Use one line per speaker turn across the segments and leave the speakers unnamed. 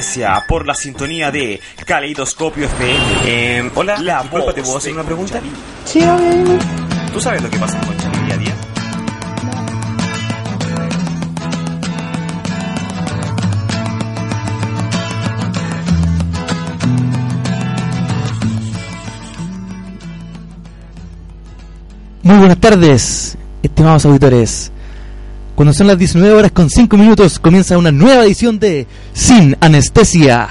Gracias por la sintonía de Caleidoscopio FM. Eh, hola, la
Em, Disculpa, ¿te
voz
puedo
de
hacer una pregunta?
Sí, obvio, dime.
¿Tú sabes lo que pasa en Conchalí día a día?
Muy buenas tardes, estimados auditores. Cuando son las 19 horas con 5 minutos, comienza una nueva edición de Sin Anestesia,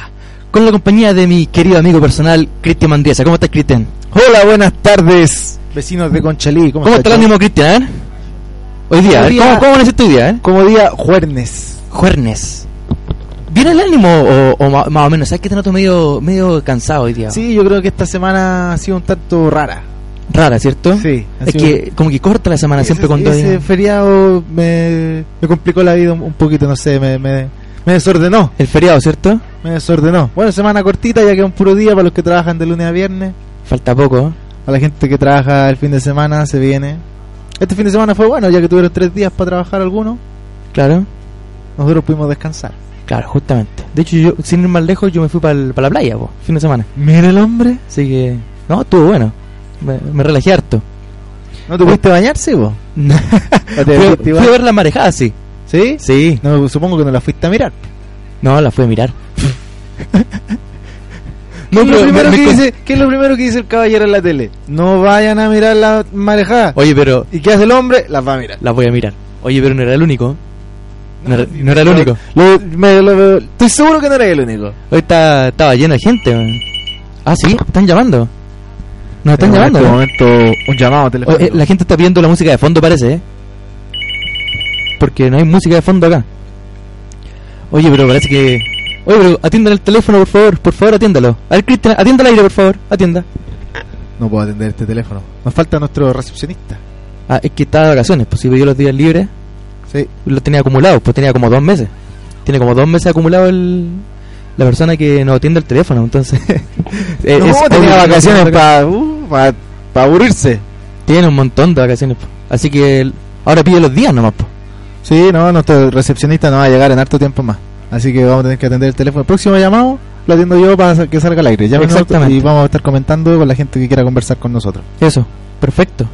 con la compañía de mi querido amigo personal, Cristian Mandiesa. ¿Cómo estás, Cristian?
Hola, buenas tardes, vecinos de Conchalí. ¿Cómo,
¿Cómo está
está
el
chavo?
ánimo, Cristian? eh? Hoy día, a ver,
Hoy
¿cómo,
día-
¿cómo amaneciste hoy día? eh?
Como día jueves.
Juernes. ¿Viene el ánimo o, o ma- más o menos? ¿Sabes que te noto medio, medio cansado hoy día?
Sí, yo creo que esta semana ha sido un tanto rara.
Rara, ¿cierto?
Sí, ha
Es
sido-
que como que corta la semana siempre
ese,
cuando hay-
ese feriado me, me complicó la vida un, un poquito, no sé, me, me, me desordenó,
el feriado, ¿cierto?
me desordenó. Bueno, semana cortita, ya queda un puro día para los que trabajan de lunes a viernes.
Falta poco, ¿eh?
A la gente que trabaja el fin de semana se viene. Este fin de semana fue bueno, ya que tuvieron tres días para trabajar algunos,
claro.
nosotros pudimos descansar.
Claro, justamente. De hecho, yo, sin ir más lejos, yo me fui para la playa, po, fin de semana.
Mira el hombre.
Así que, no, estuvo bueno. Me, me relajé harto.
¿No te pudiste bañar, sí, vos? ¿O te
fui,
fuiste
fui a
igual?
ver la marejada, sí.
¿Sí?
Sí.
No, supongo que no la fuiste a mirar.
No, la fui a mirar.
¿Qué, es lo
me-
primero
me
que
con-
dice, ¿Qué es lo primero que dice el caballero en la tele? No vayan a mirar la marejada.
Oye, pero...
¿Y qué hace el hombre? Las va a mirar.
La voy a mirar. Oye, pero no era el único. No, era, no era el
Lo-
único.
lo- me- lo- lo- estoy seguro que no eres el único.
Hoy está, estaba lleno de gente. man. Ah, sí, están llamando. Nos están llamando.
En este
man.
momento, un llamado
Oye, eh,
telefónico.
la gente está pidiendo la música de fondo, parece, ¿eh? Porque no hay música de fondo acá. Oye, pero parece que. Oye, pero atiendan el teléfono, por favor. Por favor, atiéndalo. A ver, Cristian, atienda el aire, por favor. Atienda.
No puedo atender este teléfono. Nos falta nuestro recepcionista.
Ah, es que está de vacaciones, pues si pidió los días libres,
Sí.
los tenía acumulados, pues tenía como dos meses. Tiene como dos meses acumulado el. La persona que nos atiende el teléfono, entonces. eh,
no,
es obvio
tenía
que no
vacaciones
tiene-
para aburrirse.
Tiene un montón de vacaciones, po. así que el- ahora pide los días nomás. pues. po.
Sí, no, nuestro recepcionista no va a llegar en harto tiempo más. Así que vamos a tener que atender el teléfono. El próximo llamado lo atiendo yo para que salga al aire. Ya
Exactamente.
Y vamos a estar comentando con la gente que quiera conversar con nosotros.
Eso, perfecto.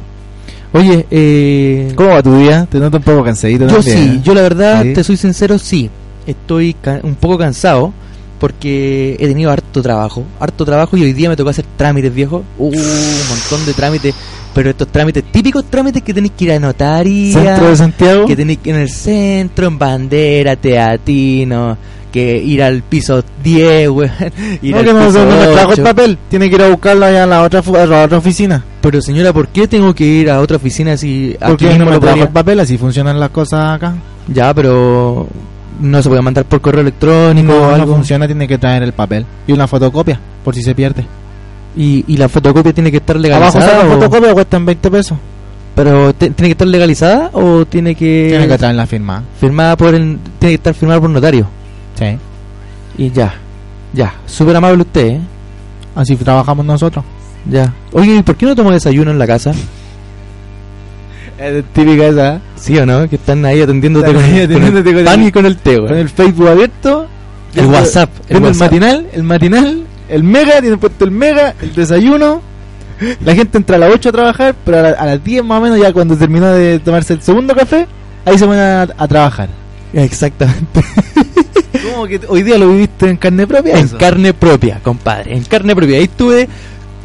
Oye, eh,
¿Cómo va tu día? Te noto un poco cansadito
yo
también,
sí,
¿eh?
yo la verdad,
Sí.
te soy sincero, sí. Estoy ca- un poco cansado porque he tenido harto trabajo, harto trabajo y hoy día me tocó hacer trámites, viejo. Uh, un montón de trámites, pero estos trámites, típicos trámites que tenéis que ir a notaría,
¿Centro de Santiago?
que tenéis que ir en el centro, en bandera, teatino, que ir al piso 10, weón, ir
No,
al
que no,
piso
no me trajo el
8.
papel. Tiene que ir a buscarlo allá a la otra, fu- a la otra oficina.
Pero señora, ¿por qué tengo que ir a otra oficina si aquí
Porque no
mismo
me
lo
trajo el
podría-
papel, así funcionan las cosas acá.
Ya, pero no se puede mandar por correo electrónico o
no, no
algo.
funciona, tiene que traer el papel. Y una fotocopia, por si se pierde.
y, y la fotocopia tiene que estar
Abajo está
legalizada.
la
o-
fotocopia, cuestan 20 pesos.
Pero te- tiene que estar legalizada o tiene que,
Tiene que traer la firma.
firmada por el, tiene que estar firmada por notario.
Sí.
Y ya. Ya, súper amable usted, ¿eh?
Así trabajamos nosotros.
Ya. Oye, ¿y por qué no tomo desayuno en la casa?
Es típica esa, ¿eh?
¿Sí o no? Que están ahí atendiéndote
Están
con,
ahí
el-
atendiéndote
con
con
el
el-
pan y con el té, güey.
Con el Facebook abierto.
El WhatsAp, el
Viendo El,
WhatsApp.
matinal, el matinal, el mega, tienen puesto el mega, el desayuno. La gente entra a las 8 a trabajar, pero a, la- a las 10 más o menos, ya cuando terminó de tomarse el segundo café, ahí se van a, a trabajar.
Exactamente.
¿Cómo que hoy día lo viviste en carne propia?
En
eso?
carne propia, compadre. En carne propia. Ahí estuve,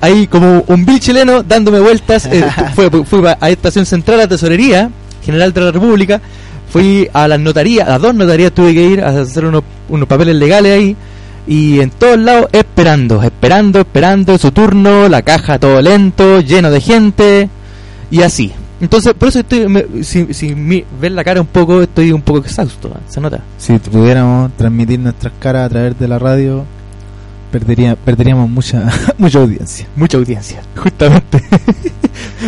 ahí como un vil chileno, dándome vueltas. eh, fui fui pa- a Estación Central, a Tesorería General de la República. Fui a las notarías, a dos notarías tuve que ir a hacer unos, unos papeles legales ahí. Y en todos lados esperando, esperando, esperando su turno, la caja todo lento, lleno de gente y así. Entonces, por eso estoy, me- si, si mi- ven la cara un poco, estoy un poco exhausto, ¿eh? se nota.
Si pudiéramos transmitir nuestras caras a través de la radio, perdería, perderíamos mucha, mucha audiencia.
mucha audiencia, justamente.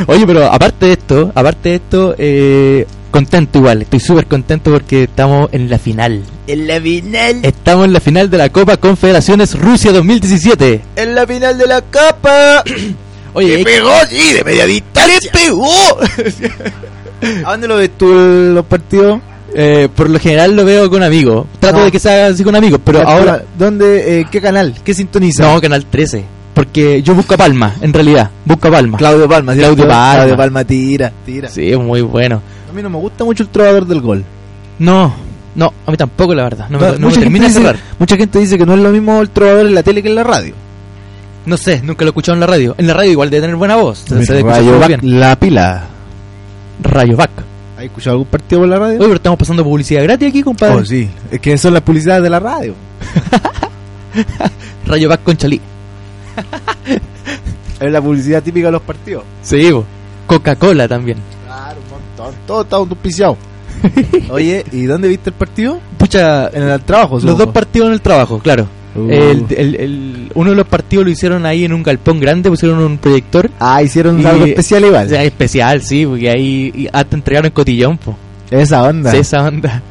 Oye, pero aparte de esto, aparte de esto, eh, contento igual, estoy súper contento porque estamos en la final.
En la final,
Estamos en la final de la Copa Confederaciones Rusia 2017.
en la final de la capa.
Oye, eh,
pegó, sí, de media distancia.
¿A dónde lo ves tú el- los partidos?
Eh, por lo general lo veo con amigos. Trato
No.
de que sea así con amigos, pero ahora.
¿dónde, eh, qué canal? ¿Qué sintoniza?
No, Canal 13. Porque yo busco a Palma, en realidad. Busco a Palma.
Claudio Palma,
Claudio
¿cierto?
Palma.
Claudio Palma tira, tira.
Sí, es muy bueno.
A mí no me gusta mucho el trovador del gol.
No, no, a mí tampoco, la verdad. No, me, no me
mucha,
termina
gente
de
dice,
cerrar.
mucha gente dice que no es lo mismo el trovador en la tele que en la radio.
No sé, nunca lo he escuchado en la radio. En la radio igual debe tener buena voz. se- se escucha
Rayo
muy
Vac-
bien.
la pila.
Rayo Vac.
¿Has escuchado algún partido por la radio?
Oye, pero estamos pasando publicidad gratis aquí, compadre.
Oh, sí. Es que son las publicidades de la radio.
Rayo Vac con Chalí.
Es la publicidad típica de los partidos.
Sí, po. Coca-Cola también.
Claro, un montón. Todo está auspiciado. Oye, ¿y dónde viste el partido?
Pucha,
En el trabajo,
los
supongo.
dos partidos en el trabajo, claro.
Uh.
El, el- el- uno de los partidos lo hicieron ahí en un galpón grande, pusieron un proyector.
Ah, hicieron
Y-
algo especial igual.
O sea, especial, sí, porque ahí y hasta entregaron cotillón, po.
Esa onda.
Sí, esa onda.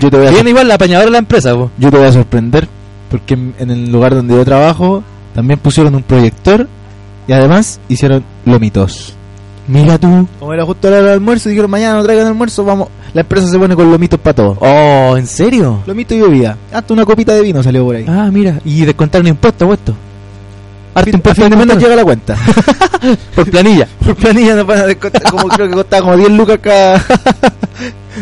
Yo, te voy a
Bien, igual la apañadora de la empresa, po.
yo te voy a sorprender porque en, en el lugar donde yo trabajo también pusieron un proyector y además hicieron lomitos.
Mira tú.
Como era justo la hora del almuerzo, dijeron mañana no traigan almuerzo, vamos. La empresa se pone con lomitos para todo.
Oh, ¿en serio?
Lomito y bebida. Hasta una copita de vino salió por ahí.
Ah, mira, y descontaron impuestos, puesto. Harto
Fin- a
impuesto
fin de mes nos
descontaron.
llega la cuenta.
por planilla.
Por planilla nos van a descontar, como creo que costaba como 10 lucas cada.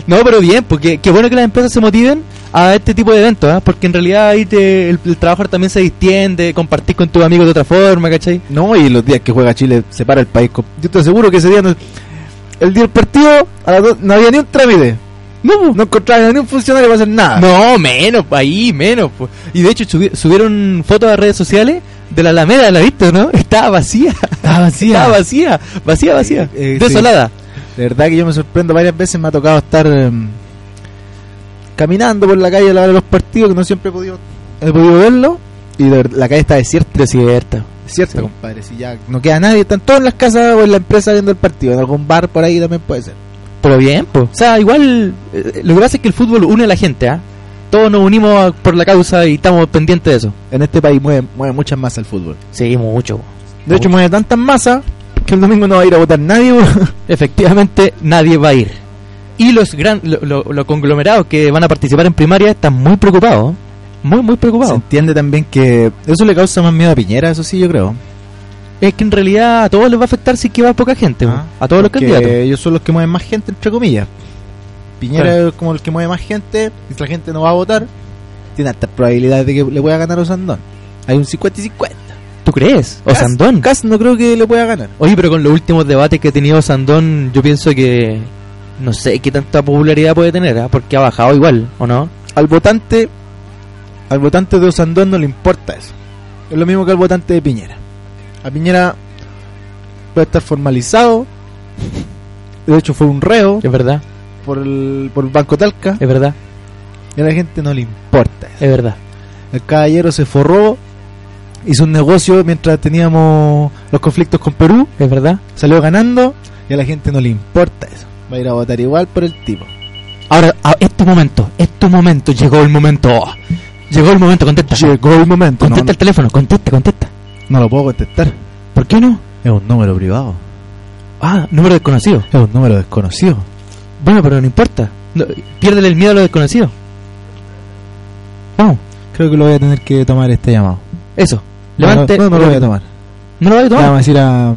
No, pero bien, porque qué bueno que las empresas se motiven a este tipo de eventos, ¿ah? porque en realidad ahí te- el, el trabajo también se distiende, compartís con tus amigos de otra forma, ¿cachai?
No, y los días que juega Chile se para el país. com- Yo te aseguro que ese día, no- el día del partido, a las dos- no había ni un trámite.
No,
No encontraban a ningún funcionario para hacer nada.
No, menos, pa' ahí, menos. po. Y de hecho subi- subieron fotos a redes sociales de la Alameda, ¿la viste, o no? Estaba vacía.
Estaba vacía.
Estaba vacía, vacía, vacía.
Eh, eh,
Desolada.
De verdad que yo me sorprendo. Varias veces me ha tocado estar em, caminando por la calle a la hora de los partidos, que no siempre he podido, he podido verlo. Y de verdad, la calle está desierta.
Desierta.
Cierto,
Sí.
compadre. Si ya no queda nadie, están todos en las casas o en la empresa viendo el partido. En algún bar por ahí también puede ser.
Pero bien, po. O sea, igual eh, lo que pasa es que el fútbol une a la gente, ¿ah? Todos nos unimos a- por la causa y estamos pendientes de eso.
En este país mueve, mueve muchas masas el fútbol.
Sí, mucho.
De hecho, mueve tantas masas que el domingo no va a ir a votar nadie. bo.
Efectivamente, nadie va a ir. Y los gran, lo- lo- los conglomerados que van a participar en primaria están muy preocupados. ¿eh? Muy, muy
Se
preocupados.
entiende también que eso le causa más miedo a Piñera, eso sí, yo creo.
Es que en realidad a todos les va a afectar si es que va poca gente. po.
Ah,
a todos los
Porque
candidatos.
ellos son los que mueven más gente, entre comillas. Piñera
Claro.
es como el que mueve más gente, y si la gente no va a votar, tiene altas probabilidades de que le pueda ganar a Osandón. Hay un 50 y 50.
¿Tú crees? O
Cas-
Sandón.
Cas no creo que le pueda ganar.
Oye, pero con los últimos debates que ha tenido Sandón, yo pienso que no sé qué tanta popularidad puede tener, ¿ah? porque ha bajado igual, ¿o no?
Al votante, al votante de Osandón no le importa eso. Es lo mismo que al votante de Piñera. A Piñera puede estar formalizado. De hecho fue un reo
Es verdad,
por el, por el Banco Talca.
es verdad,
Y a la gente no le importa.
es verdad.
El caballero se forró, hizo un negocio mientras teníamos los conflictos con Perú,
Es verdad.
salió ganando y a la gente no le importa eso. Va a ir a votar igual por el tipo.
Ahora, a- es tu momento, es tu momento, llegó el momento. Llegó el momento, contesta.
Llegó el momento. No,
Contesta el teléfono, contesta, contesta.
no lo puedo contestar.
¿Por qué no?
Es un número privado.
Ah, número desconocido.
Es un número desconocido.
Bueno, pero no importa. No, piérdele el miedo a lo desconocido. Vamos,
Creo que lo voy a tener que tomar este llamado.
eso. Levante.
No, no, no lo voy a tomar.
¿No lo voy a tomar?
Le Vamos a decir a,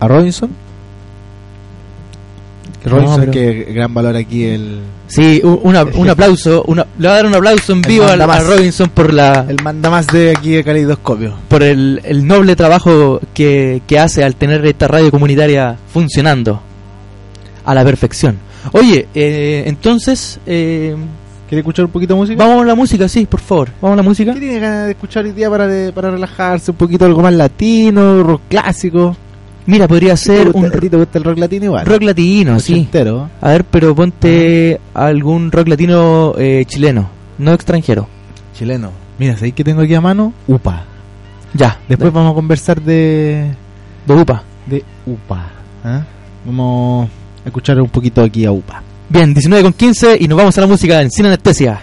a Robinson. Que
No,
Robinson,
pero-
que gran valor aquí el,
Sí, u- una- un aplauso. una- le voy a dar un aplauso en
El
vivo al- a,
mandamás.
Robinson por la
el manda más de aquí de Caleidoscopio.
por el, el noble trabajo que, que hace al tener esta radio comunitaria funcionando a la perfección. Oye, eh, entonces, eh,
¿Quiere escuchar un poquito de música?
vamos a la música, sí, por favor. Vamos a la música.
¿Qué tiene ganas de escuchar hoy día para, de- para relajarse? Un poquito algo más latino, rock clásico.
Mira, podría ser
¿Te gusta-
un
¿A ti te gusta el rock latino igual?
rock latino, sí.
Ochentero.
A ver, pero ponte algún rock latino eh, chileno, no extranjero.
Chileno. Mira, ¿sabéis que tengo aquí a mano? UPA.
Ya,
Después vamos a conversar de,
de UPA.
de UPA. ¿ah? Vamos a escuchar un poquito aquí a UPA.
Bien, 19 con 15 y nos vamos a la música en Sin Anestesia.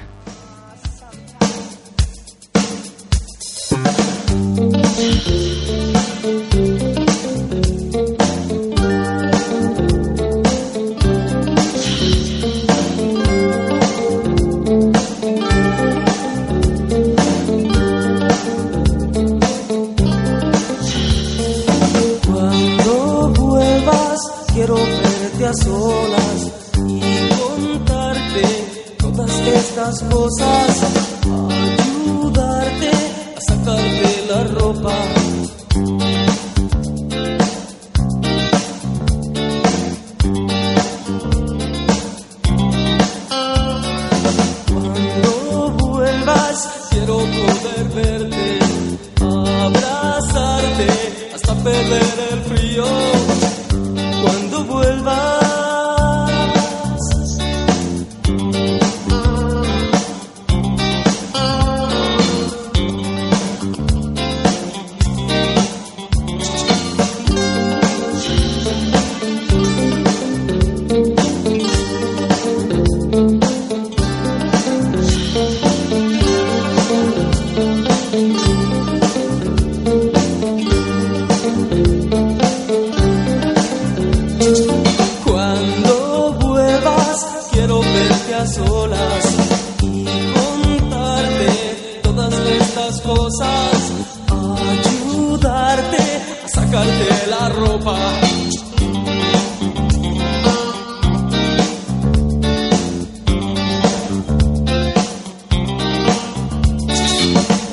cosas, ayudarte a sacarte la ropa.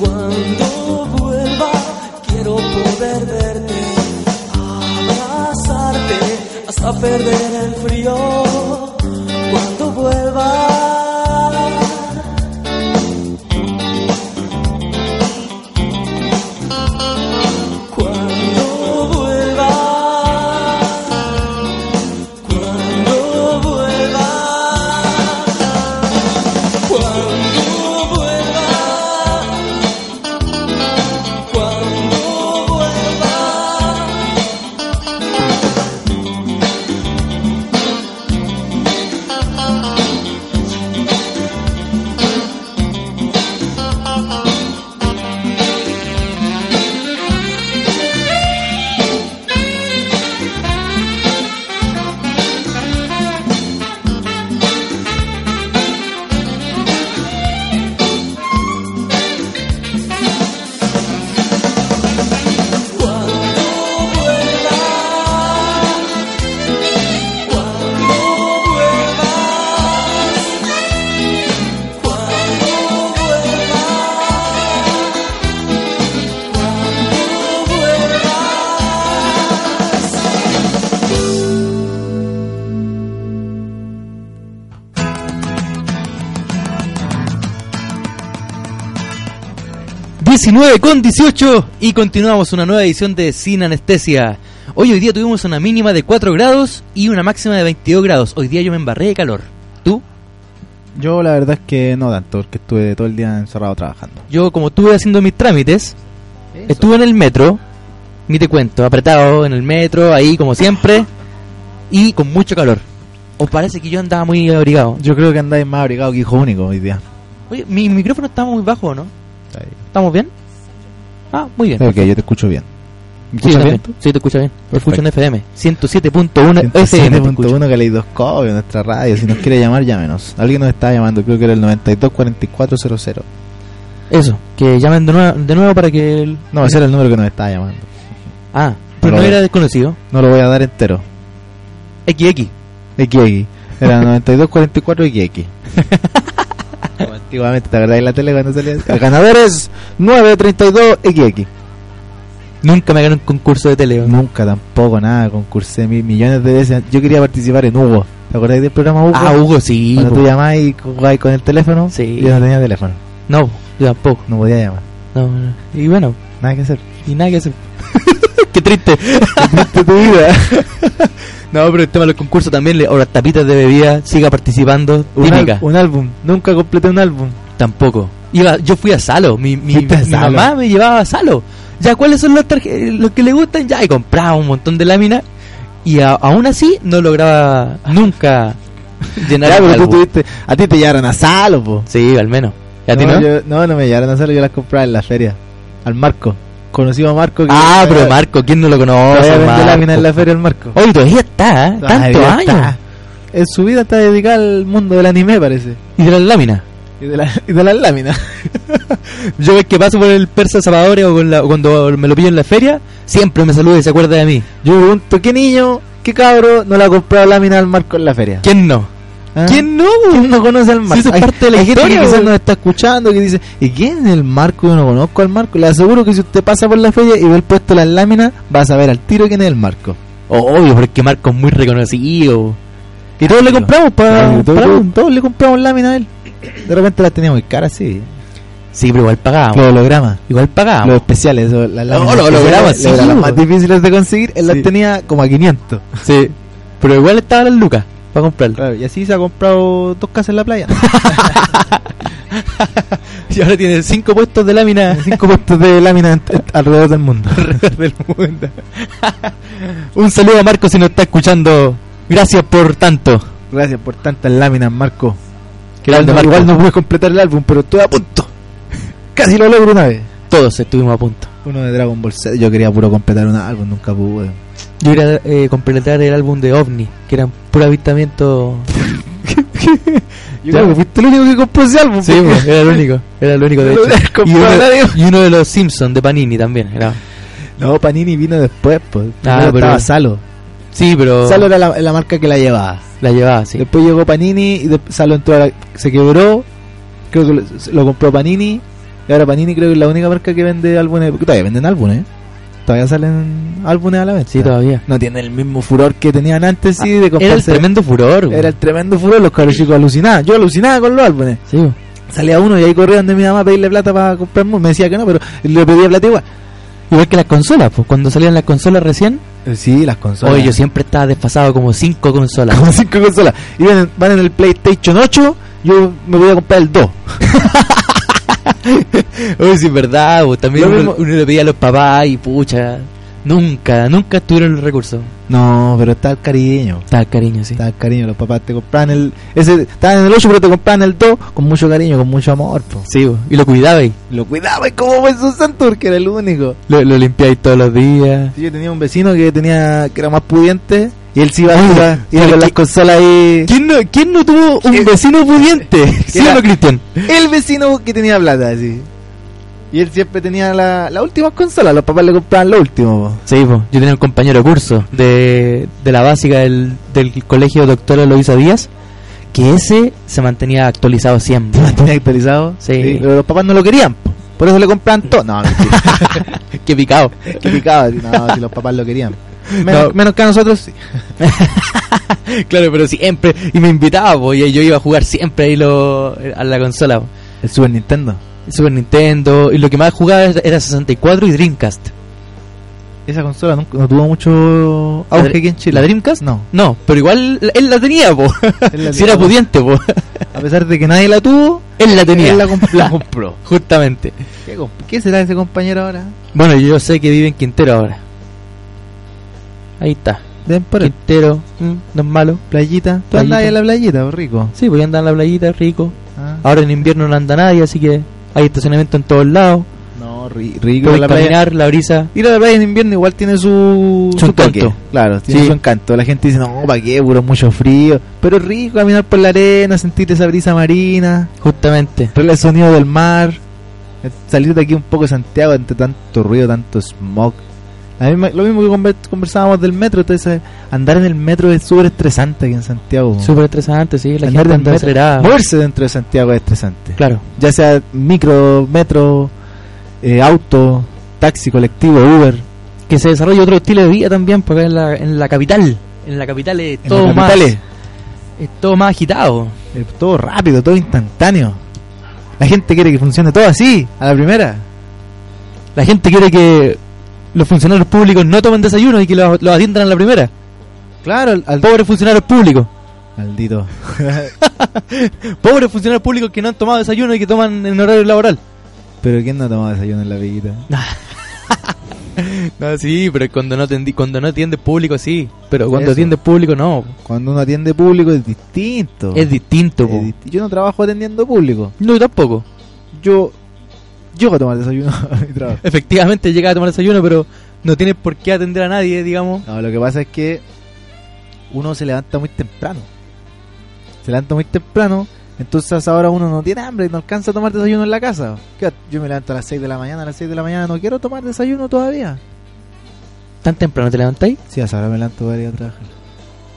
Cuando vuelva, quiero poder verte, abrazarte hasta perder el frío. Cuando vuelva. Cuando vuelva, cuando vuelva, cuando vuelva, cuando vuelva.
Cuando- 19 con 18 y continuamos una nueva edición de Sin Anestesia. Hoy hoy día tuvimos una mínima de 4 grados y una máxima de 22 grados. Hoy día yo me embarré de calor. ¿Tú?
Yo la verdad es que no tanto, porque estuve todo el día encerrado trabajando.
Yo como estuve haciendo mis trámites, estuve en el metro, ni te cuento, apretado en el metro, ahí como siempre, y con mucho calor. ¿Os parece que yo andaba muy abrigado?
Yo creo que andáis más abrigado que hijo único hoy día.
Oye, mi micrófono está muy bajo, ¿o ¿no? ¿Estamos bien? Ah, muy bien.
Ok, yo te escucho bien. ¿Me
Sí,
escuchas
también.
bien?
Sí, te escucho bien. Te escucho en
Perfecto.
FM. 107.1 FM. te escucho.
107.1 Caleidoscopio, nuestra radio. Si nos quiere llamar, llámenos. Alguien nos estaba llamando, creo que era el 924400.
Eso, que llamen de nuevo, de nuevo para que... El...
No, ese era el número que nos estaba llamando.
Ah, pero no
Para ver.
era desconocido.
No lo voy a dar entero.
XX.
XX. Era 9244XX. Como Antiguamente, ¿te acordás de la tele cuando salía? El ganador es 932XX.
Nunca me gané un concurso de tele. ¿no?
Nunca tampoco nada, concursé mil millones de veces. Yo quería participar en Hugo. ¿Te acordás del programa Hugo?
Ah, Hugo, sí.
Cuando tú
po.
llamabas y jugabas con el teléfono,
Sí.
yo no tenía teléfono,
No, yo tampoco.
no podía llamar,
No, no. Y bueno,
nada que hacer.
y nada que hacer. Qué triste. no, pero el tema de los concursos también, le- o las tapitas de bebida, siga participando.
Un,
Típica.
al- un álbum, nunca completé un álbum.
Tampoco. Iba, yo fui a Salo, mi, mi,
Fuiste a
mi
Salo.
mamá me llevaba a Salo. Ya, ¿cuáles son los, tarje- los que le gustan? Ya, y compraba un montón de láminas. Y a- aún así no lograba nunca llenar
Ya,
el
pero tú
álbum.
tuviste- a ti te llevaron a Salo, po.
Sí, al menos. ¿Y a ti
no,
no?
yo- no, no me llevaron a Salo, yo las compraba en la feria, al Marco. Conocí a Marco. que-
Ah, pero
todavía-
Marco, ¿quién no lo
todavía
conoce?
vende láminas en
Marco?
la feria el Marco.
Oye, todavía está, ¿eh? tantos
Todavía está.
años.
En su vida está dedicada al mundo del anime, parece.
Y de las láminas.
Y de, la- y de las láminas.
Yo ves que paso por el Persa Zapadores o con la- cuando me lo pillo en la feria, siempre me saluda y se acuerda de mí.
Yo pregunto, ¿qué niño, qué cabro no le ha comprado lámina al Marco en la feria?
¿Quién no?
¿Ah?
¿Quién no?
¿Quién no conoce al
Si
Marco?
eso es
Hay-
parte de la
hay gente
historia,
que quizás
güey.
nos está escuchando que dice, ¿y quién es el Marco? Yo no conozco al Marco. Le aseguro que si usted pasa por la feria y ve el puesto de las láminas, vas a ver al tiro quién es el Marco.
Obvio, porque Marco es muy reconocido. Y todos le compramos para.
Claro, todos, todos le compramos láminas a él. De repente las tenía muy caras, sí.
Sí, pero igual pagábamos.
Los hologramas,
Igual pagábamos.
los especiales, o las láminas
los
especiales,
hologramas, sí,
eran las
güey.
más difíciles de conseguir. Él
Sí.
las tenía como a 500.
Sí. Pero igual estaba las lucas para comprarlo.
Claro, y así se ha comprado dos casas en la playa.
Y ahora tiene cinco puestos de lámina
Cinco puestos de láminas en- en- alrededor del mundo.
del mundo. Un saludo a Marco si nos está escuchando. Gracias por tanto.
Gracias por tantas láminas, Marco.
Grande
igual, no,
Marco.
igual no pude completar el álbum, pero estuve a punto. Casi lo logro una vez.
Todos estuvimos a punto.
Uno de Dragon Ball Z. Yo quería puro completar un álbum, nunca pude.
Yo iba a eh, completar el álbum de OVNI, que eran puro avistamiento. Ya.
Yo creo que fuiste pues, el único que compró ese álbum.
Sí,
porque-
pues, era el único. Era el único de
No
hecho.
lo
Y
compró
uno,
nadie.
y uno de los Simpsons de Panini también. Era.
No, Panini vino después, pues.
Ah, pero-
Primero
Oh.
estaba Salo.
Sí, pero
Salo era la, la marca que la llevaba.
la llevaba, sí.
Después llegó Panini y de- Salo entró a la- se quebró. Creo que lo, lo compró Panini. Y ahora Panini creo que es la única marca que vende álbumes. porque Todavía venden álbumes. ¿eh? Todavía salen álbumes a la vez.
Sí, todavía. Ah,
No tiene el mismo furor que tenían antes, sí,
Era
de
el
comprarse-
tremendo furor. güey.
Era el tremendo furor, los caros chicos alucinaban. Yo alucinaba con los álbumes.
Sí, güey.
Salía uno y ahí corría donde mi mamá a pedirle plata para comprar mu- Me decía que no, pero le pedía plata igual.
Igual que las consolas, pues cuando salían las consolas recién,
Eh, Sí, las consolas.
hoy yo siempre estaba desfasado como cinco consolas.
Como cinco consolas. Y van en, van en el PlayStation 8, yo me voy a comprar el 2.
Oye, sí, es verdad, pues, también
Lo
uno,
mismo-
uno le pedía a los papás y pucha. Nunca, nunca tuvieron los recursos.
No, pero está el cariño.
Está cariño, sí.
Está el cariño. Los papás te compraban el. Ese, estaban en el 8, pero te compraban el 2 con mucho cariño, con mucho amor. po.
Sí, güey. y lo cuidaba y
Lo cuidaba y como Jesús santo, porque era el único.
lo, lo limpiaba todos los días.
Sí, Yo tenía un vecino que tenía que era más pudiente y él sí iba, iba, iba
pero
con las
¿qué-
consolas ahí.
¿Quién no, quién no tuvo Uh, un
Eh,
vecino pudiente? ¿Sí o
era-
no, Cristian?
El vecino que tenía plata, sí. Y él siempre tenía la, la última consola, los papás le compraban lo último. po.
Sí, po. yo tenía un compañero de curso de, de la básica del, del colegio doctora Eloisa Díaz, que ese se mantenía actualizado siempre.
Se mantenía actualizado.
Sí.
Pero los papás no lo querían, po. por eso le compraban todo. No, mentira.
Qué picado.
Qué picado, sí, no, si los papás lo querían. Menos,
No.
menos que a nosotros, sí.
claro, pero siempre. Y me invitaba, po, y yo iba a jugar siempre ahí lo, a la consola. po.
El Super Nintendo.
Super Nintendo, y lo que más jugaba era era 64 y Dreamcast.
Esa consola nunca- no, tuvo mucho
La
auge
Dre-
aquí en Chile.
¿La Dreamcast?
No.
No, pero igual la- él la tenía, po.
Él la
si era
tenía.
pudiente, po.
A pesar de que nadie la tuvo,
Él la tenía.
él la, comp- la compró.
Justamente.
¿Qué, comp- ¿Qué será ese compañero ahora?
Bueno, yo sé que vive en Quintero ahora. Ahí está.
Den por él.
Quintero, mm, no es malo.
Playita. Tú andabas
Playita.
ahí en la playita, po, rico.
Sí, voy a andar en la playita, rico.
Ah.
Ahora en invierno no anda nadie, así que hay estacionamiento en todos lados.
No, ri- rico
Puedes
la playa.
caminar, la brisa.
Ir a la playa en invierno igual tiene su,
Su encanto.
Claro, tiene
Sí.
su encanto. La gente dice, no, ¿para qué? Puro mucho frío. Pero es rico caminar por la arena, sentir esa brisa marina,
Justamente.
ver el sonido del mar, eh, salir de aquí un poco de Santiago entre tanto ruido, tanto smog. La misma- lo mismo que conver- conversábamos del metro, entonces andar en el metro es súper estresante aquí en Santiago.
Súper estresante, sí. La
Andar
gente
en
anda
metro-
acelerada.
Moverse dentro de Santiago es estresante.
Claro.
Ya sea micro, metro, eh, auto, taxi, colectivo, Uber.
Que se desarrolle otro estilo de vida también, porque en la, en la capital. En la capital es
en
todo
las
más.
capitales.
Es todo más agitado.
Eh, todo rápido, todo instantáneo. La gente quiere que funcione todo así, a la primera.
La gente quiere que los funcionarios públicos no tomen desayuno y que los, los atiendan a la primera.
Claro, al, al-
Pobres funcionarios públicos.
maldito.
Pobres funcionarios públicos que no han tomado desayuno y que toman en horario laboral.
Pero ¿quién no toma desayuno en la villita?
No, Ah, sí, pero cuando no, atendi- cuando no atiendes público sí. Pero cuando
Eso.
atiendes público no.
Cuando uno atiende público es distinto.
Es distinto, po.
Es disti- Yo no trabajo atendiendo público.
No, yo tampoco.
Yo llego a tomar desayuno a mi trabajo.
Efectivamente llega a tomar desayuno, pero no tienes por qué atender a nadie, digamos.
No, lo que pasa es que uno se levanta muy temprano. Se levanta muy temprano, entonces ahora uno no tiene hambre y no alcanza a tomar desayuno en la casa. ¿Qué? Yo me levanto a las 6 de la mañana, a las 6 de la mañana no quiero tomar desayuno todavía.
¿Tan temprano te levantáis?
Sí, hasta ahora me levanto para ir a trabajar.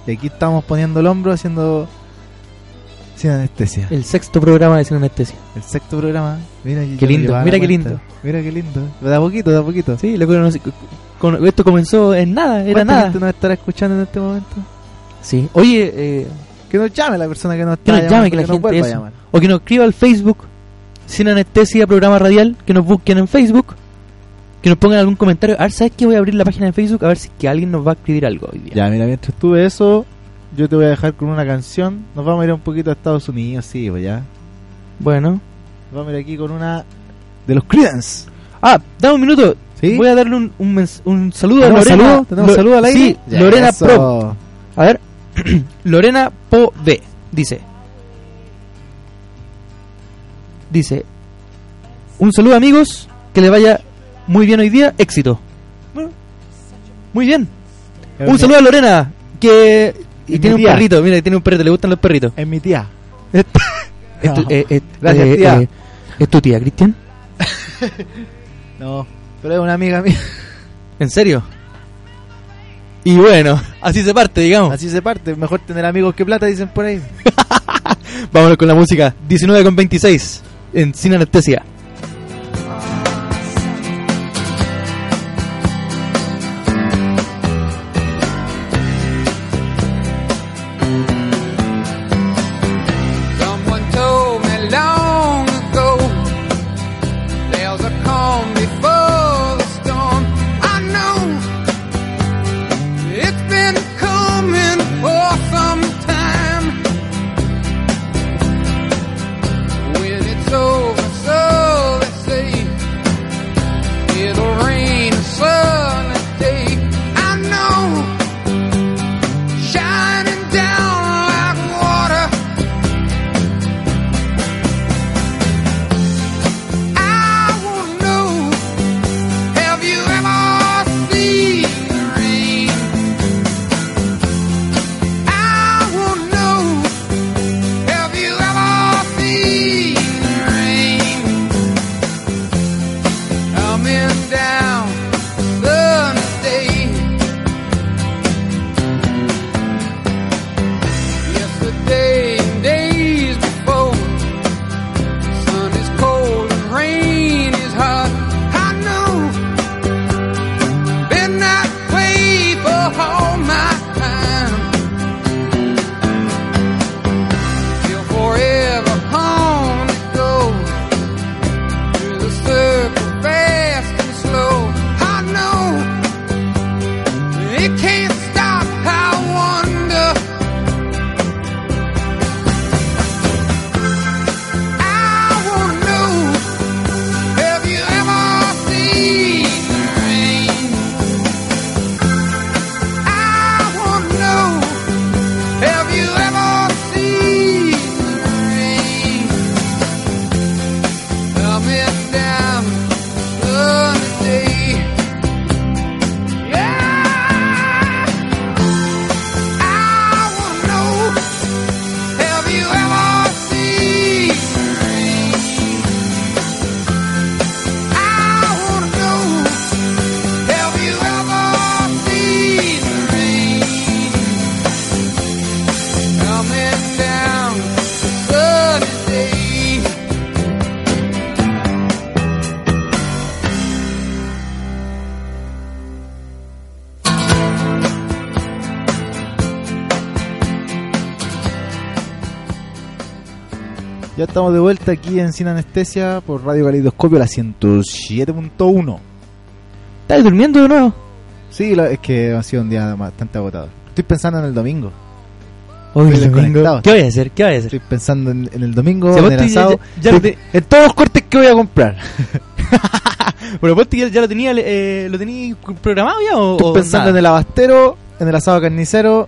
Y aquí estamos poniendo el hombro haciendo. sin anestesia.
El sexto programa de Sin Anestesia.
El sexto programa. Mira, yo
Qué
ya me
lindo,
llevaba
mira
la
qué
cuenta.
lindo.
Mira qué lindo. De a poquito, de a poquito.
Sí, lo que no sé- con- esto comenzó en nada, era
¿Cuánta
nada.
gente nos estará escuchando en este momento?
Sí. Oye, eh,
Que nos llame la persona que nos
Que
está
nos llame,
llamando,
que la
nos
gente
vuelva a
eso.
llamar.
o que nos escriba al Facebook sin anestesia programa radial que nos busquen en Facebook que nos pongan algún comentario a ver sabes que voy a abrir la página de Facebook a ver si es que alguien nos va a escribir algo hoy día
Ya, mira, mientras tuve eso, yo te voy a dejar con una canción. Nos vamos a ir un poquito a Estados Unidos, sí, pues ya.
bueno
Nos vamos a ir aquí con una de los Creedence.
ah dame un minuto
¿Sí?
voy a darle un, un, mens- un saludo a
¿Tenemos
Lorena
saludo? ¿Tenemos
Lo-
saludo al aire?
sí
Ya,
Lorena
eso.
Pro a ver Lorena Po B dice dice un saludo amigos que les vaya muy bien hoy día éxito Bueno, muy bien
Es
Un
mi-
saludo a Lorena, que y
Es
tiene
mi
un
tía.
perrito, mira, tiene un perrito, le gustan los perritos.
Es mi tía.
¿Es tu, eh, eh,
Gracias,
eh,
tía.
eh, ¿es tu tía, Cristian?
No, pero es una amiga mía.
¿En serio? Y bueno, así se parte, digamos.
Así se parte. Mejor tener amigos que plata, dicen por ahí.
Vámonos con la música. 19 con 26 en Sin Anestesia.
Someone told me long ago there's a calm before the storm. I know it's been coming for some time. When it's over, so they say it'll rain a sunny day. I know shining down like water. I won't know. Have you ever seen the rain? I won't know. Have you ever seen the rain? Coming down Sunday. Yesterday and days before. Sun is cold and rain is hot. I know. Been that way for all my time. Till forever home to go. Through the circle fast and slow. I know. It can't stop. I wonder. I wanna know Have you ever seen the rain? I wanna know Have you ever seen the rain? Coming down Sunday Yeah I wanna know have you ever seen rain? I wanna know. Have you ever seen rain coming down Sunday?
Ya estamos de vuelta aquí en Sin Anestesia por Radio Caleidoscopio, la 107.1.
¿Estás durmiendo de nuevo?
Sí, la- es que ha sido un día bastante agotado. Estoy pensando en el domingo.
Hoy
Estoy
el domingo.
desconectado.
¿Qué voy a hacer? ¿Qué voy a hacer?
Estoy pensando en, en el domingo,
Si a
en
vos
el
te- Oh, ya-
asado,
ya- ya-
en- en todos los cortes que voy a comprar.
Bueno, pues ya, ya lo tenía, eh, lo tenía programado ya o
Estoy
o
pensando
nada?
en el abastero, en el asado carnicero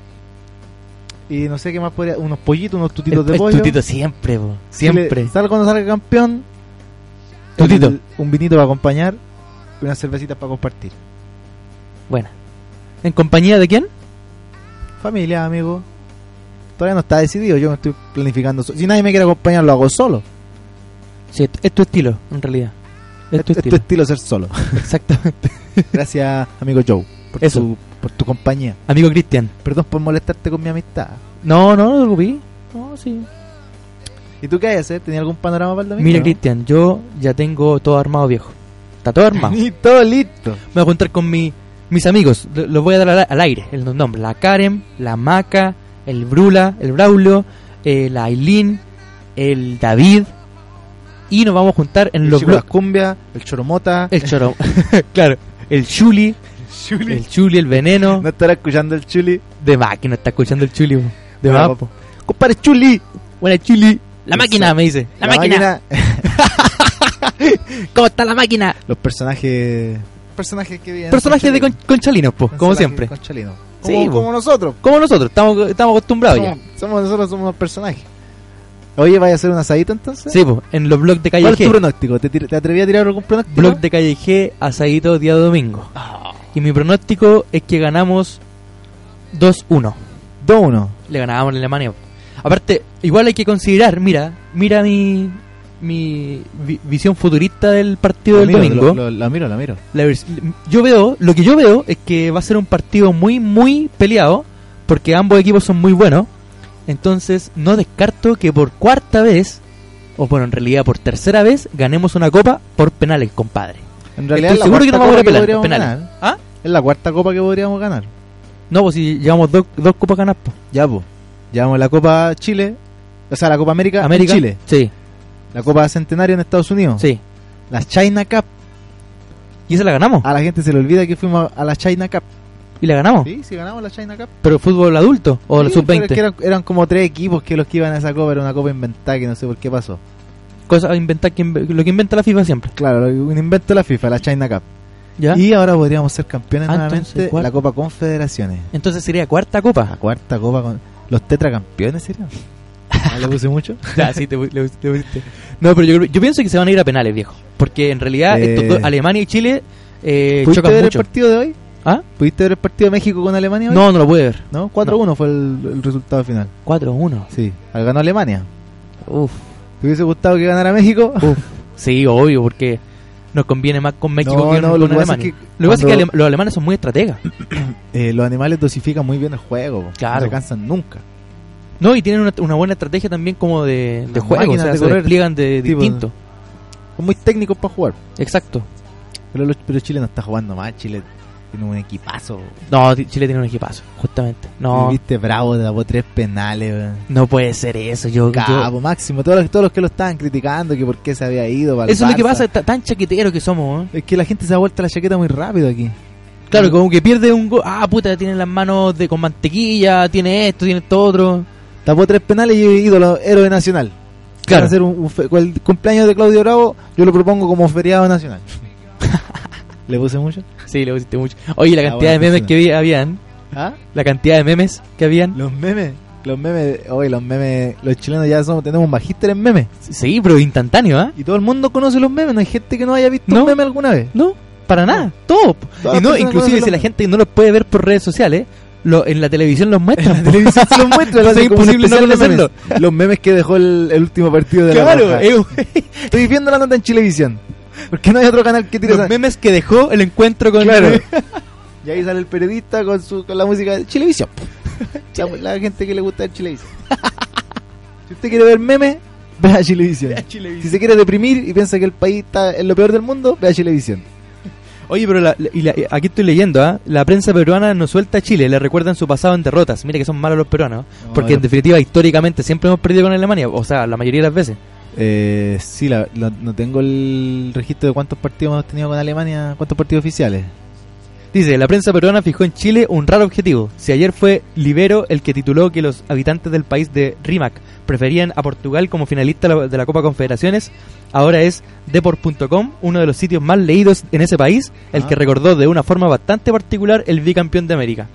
y no sé qué más podría. Unos pollitos, unos tutitos
El-
de
el
pollo.
tutito siempre, po, siempre.
Sale- Salga cuando salga campeón.
Tutito.
el- un vinito para acompañar y unas cervecitas para compartir.
Buena. ¿En compañía de quién?
Familia, amigo. Todavía no está decidido, yo me estoy planificando. so- Si nadie me quiere acompañar, lo hago solo.
Sí, es- es tu estilo, en realidad. Es tu
Este Es-
estilo,
estilo ser solo.
exactamente.
Gracias, amigo Joe, por,
Eso.
Tu, por tu compañía.
Amigo Cristian.
Perdón por molestarte con mi amistad.
No, no, no lo ocupé. No, sí.
¿Y tú qué hay a hacer? ¿Tenía algún panorama para el domingo?
Mira,
no?
Cristian, yo ya tengo todo armado, viejo. Está todo armado.
Y todo listo.
Me voy a juntar con mi- mis amigos. Lo- Los voy a dar al, al aire el nombre. La Karen, la Maca, el Brula, el Braulio, eh, la Aileen, el David. Y nos vamos a juntar en
El
los
chico de las
blogs.
cumbias, el choromota.
El choro. claro. El Chuli, el Chuli, el Veneno.
No estará escuchando el chuli.
De máquina, está escuchando el Chuli. po. De
Bravo.
más, po.
¡Compadre chuli!
Buena, Chuli. La máquina, me dice. La, máquina. ¿Cómo está la máquina?
Los personajes. Personajes que vienen.
Personajes de con- conchalinos, po, como
Personajes
siempre.
conchalinos.
Sí,
Como,
po.
como nosotros.
Como nosotros, estamos, estamos acostumbrados ya.
somos, somos- nosotros somos unos personajes. Oye, ¿vaya a hacer un asadito entonces?
Sí, po, en los blogs de
¿Cuál
Calle
es tu
G.
pronóstico? ¿Te, tir- te atreví a tirar algún pronóstico?
Blog de Calle G, asadito día domingo.
Ah.
Y mi pronóstico es que ganamos 2-1.
2-1.
Le ganábamos en Alemania. po. Aparte, igual hay que considerar, mira, mira mi, mi vi- visión futurista del partido del
miro,
domingo.
lo- lo- la miro, la miro.
La vers- yo veo, lo que yo veo es que va a ser un partido muy, muy peleado, porque ambos equipos son muy buenos. Entonces, no descarto que por cuarta vez, o bueno, en realidad por tercera vez, ganemos una copa por penales, compadre.
En realidad,
Estoy
la
seguro que
cuarta
no vamos a
copa
ir a pelar,
podríamos
penales.
ganar
¿Ah?
Es la cuarta copa que podríamos ganar.
No, pues si llevamos dos, dos copas ganadas, po.
Ya, pues. Llevamos la Copa Chile, o sea, la Copa América, en
América.
Chile,
Sí,
la Copa Centenario en Estados Unidos,
sí.
la China Cup.
Y esa la ganamos.
A la gente se le olvida que fuimos a la China Cup.
Y la ganamos.
Sí, sí, ganamos la China Cup.
Pero fútbol adulto Oh. o la
Sí, pero
sub-20.
es que eran, eran como tres equipos que los que iban a esa copa, era una copa inventada que no sé por qué pasó.
Cosa a inventar que inve- lo que inventa la FIFA siempre.
Claro, lo- un invento de la FIFA, la China Cup.
¿Ya?
Y ahora podríamos ser campeones
Ah,
nuevamente
entonces,
de
¿cuál?
la Copa Confederaciones.
Entonces sería cuarta
La
copa.
cuarta copa con los tetracampeones, ¿sería?
Ah,
¿No le puse mucho?
Ya, sí, te, pu- le pus- le pusiste. No, pero yo, yo pienso que se van a ir a penales, viejo. Porque en realidad
Eh.
estos dos, Alemania y Chile eh,
¿Pudiste
chocan
ver
mucho.
el partido de hoy?
¿Ah?
¿Pudiste ver el partido de México con Alemania? hoy?
No, no lo pude ver.
¿No? 4-1 fue el, el resultado final.
4-1.
Sí, al ganó Alemania.
Uf,
¿Te hubiese gustado que ganara México?
uf. Sí, obvio, porque nos conviene más con México
No,
que
no,
con
lo que pasa
Alemania.
es que
lo que pasa es que
cuando-
alem- los alemanes son muy estrategas.
Eh, los animales dosifican muy bien el juego. po.
Claro.
No se cansan nunca.
No, y tienen una, una buena estrategia también como de, de
Las
juego. O
máquinas
sea,
de
se
correr.
despliegan de
Tipo-
distinto.
Son muy técnicos para jugar.
Exacto.
Pero, los- pero Chile no está jugando mal. Chile tiene un equipazo.
No, ti- Chile tiene un equipazo, justamente. No,
Viste bravo, tapó tres penales. weón.
no puede ser eso. Yo, yo-
Cabo, máximo. Todos los, todos los que lo estaban criticando, que por qué se había ido. para el
Eso es lo que
Barça.
pasa, ta- tan chaqueteros que somos. ¿eh?
Es que la gente se ha vuelto la chaqueta muy rápido aquí.
Claro, como que pierde un gol. Ah, puta, tiene las manos de, con mantequilla, tiene esto, tiene esto otro.
Tapó tres penales y ídolo, héroe nacional.
Claro.
Van a hacer un- un fe- con el cumpleaños de Claudio Bravo, yo lo propongo como feriado nacional. ¿Le puse mucho?
Sí, le pusiste mucho. Oye, la
Ah,
cantidad de
bueno,
memes
sí.
que vi- habían.
¿Ah?
La cantidad de memes que habían.
Los memes, los memes, hoy los memes, los chilenos ya somos, tenemos un magíster en memes.
Sí, pero instantáneo, ¿ah?
Y todo el mundo conoce los memes, no hay gente que no haya visto
No.
un meme alguna vez.
No, para nada. Todo.
Todas
Y no,
las personas
inclusive
conocen
si la
los-
gente no los puede ver por redes sociales, lo- en la televisión los muestran. po.
televisión se los muestra, lo
Entonces
hacen
es
como un
imposible no
especial de memes.
conocerlo.
Los memes que dejó el, el último partido de la
Claro,
Roja.
eh,
Estoy viendo la nota en televisión. Porque no hay otro canal que tire
los
esa-
memes que dejó el encuentro con
Claro. Y ahí sale el periodista con, su, con la música de Chilevisión. La, la gente que le gusta el Chilevisión. si usted quiere ver memes, vea Chilevisión. Si se quiere deprimir y piensa que el país está en lo peor del mundo, vea Chilevisión.
Oye, pero la- la- y la- eh, aquí estoy leyendo, ¿ah? La prensa peruana no suelta a Chile, le recuerdan su pasado en derrotas. Mira que son malos los peruanos, ¿ah?
No,
porque en
pero-
definitiva históricamente siempre hemos perdido con Alemania, o sea, la mayoría de las veces.
Eh, sí, la- la- no tengo el registro de cuántos partidos hemos tenido con Alemania, cuántos partidos oficiales.
Dice, la prensa peruana fijó en Chile un raro objetivo. Si ayer fue Libero el que tituló que los habitantes del país de Rímac preferían a Portugal como finalista la- de la Copa Confederaciones, ahora es Deport.com, uno de los sitios más leídos en ese país, el
Ah.
que recordó de una forma bastante particular el bicampeón de América.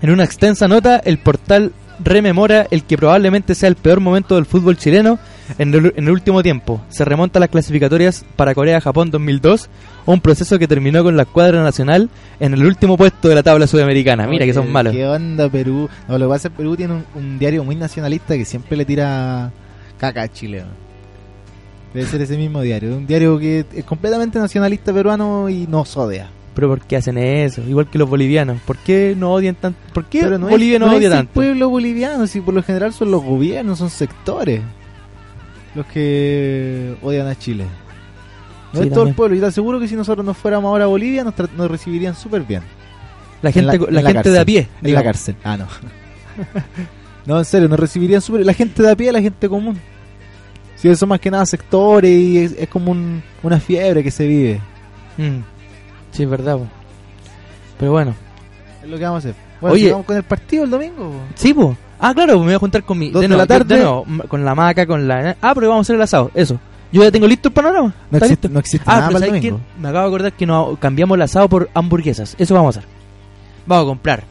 En una extensa nota, el portal rememora el que probablemente sea el peor momento del fútbol chileno en el, en el último tiempo. Se remonta a las clasificatorias para Corea-Japón 2002, un proceso que terminó con la escuadra nacional en el último puesto de la tabla sudamericana. Mira que son
Eh,
malos.
¿Qué onda Perú? No, lo que pasa es que Perú tiene un, un diario muy nacionalista que siempre le tira caca a Chile. ¿no? Debe ser ese mismo diario. Un diario que es completamente nacionalista peruano y nos odia.
Pero ¿por qué hacen eso? Igual que los bolivianos. ¿Por qué no odian tanto? ¿Por qué
Pero no
Bolivia
es,
no,
no es
odia
el
tanto?
pueblo boliviano, si por lo general son los gobiernos, son sectores los que odian a Chile. No
Sí,
es todo el
también.
pueblo. Yo te aseguro que si nosotros nos fuéramos ahora a Bolivia, nos, tra- nos recibirían súper bien.
La gente,
en la-
la,
en la
gente de a
cárcel.
pie.
En la
digamos.
cárcel. Ah, no. no, en serio, nos recibirían súper. La gente de a pie, la gente común. Si eso más que nada sectores y es, es como un- una fiebre que se vive.
Mm. Sí, es verdad. po. Pero bueno.
Es lo que vamos a hacer. Bueno,
Oye.
vamos con el partido el domingo. po.
Sí, po. Ah, claro, me voy a juntar con mi.
Dos de
nuevo,
la tarde.
de nuevo, m- con la maca, con la. Ah, pero vamos a hacer el asado. Eso. Yo ya tengo listo el panorama.
No
¿Está
existe,
listo?
no existe
Ah,
nada
pero
para el
¿sabes qué?
domingo.
Me acabo de acordar que no cambiamos el asado por hamburguesas. Eso vamos a hacer. Vamos a comprar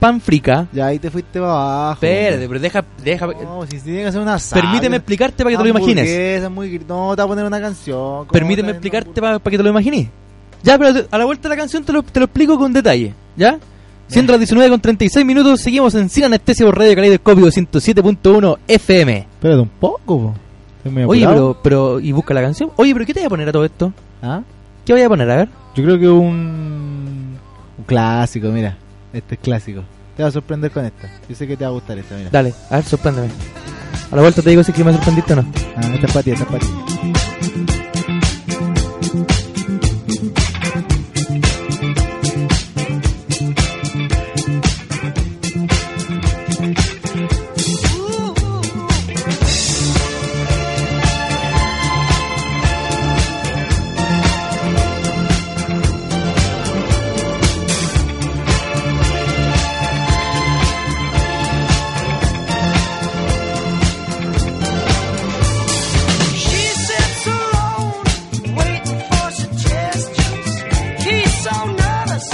pan frica.
Ya ahí te fuiste para abajo.
Espérate, pero deja. deja
No, si tiene que hacer una sal.
permíteme explicarte para que te lo imagines.
Hamburguesa, muy gr- No, te va a poner una canción. ¿Cómo
Permíteme
te- no,
explicarte para que te lo imagines. Ya, pero te- a la vuelta de la canción te lo, te lo explico con detalle. ¿Ya? Siendo las 19 con 36 minutos, seguimos en Sin Anestesia por Radio Caleidoscopio 107.1 FM.
Espérate un poco, po. Estoy medio
Oye,
apurado.
pero, pero, y busca la canción. Oye, pero ¿qué te voy a poner a todo esto?
¿Ah?
¿Qué voy a poner? A ver.
Yo creo que un... un clásico, mira. Este es clásico. Te va a sorprender con esta. Yo sé que te va a gustar esta, mira.
Dale, a ver, sorpréndeme. A la vuelta te digo si es que me sorprendiste o no.
Ah, esta es para ti, esta es para ti.
She sits alone, waiting for suggestions. He's so nervous,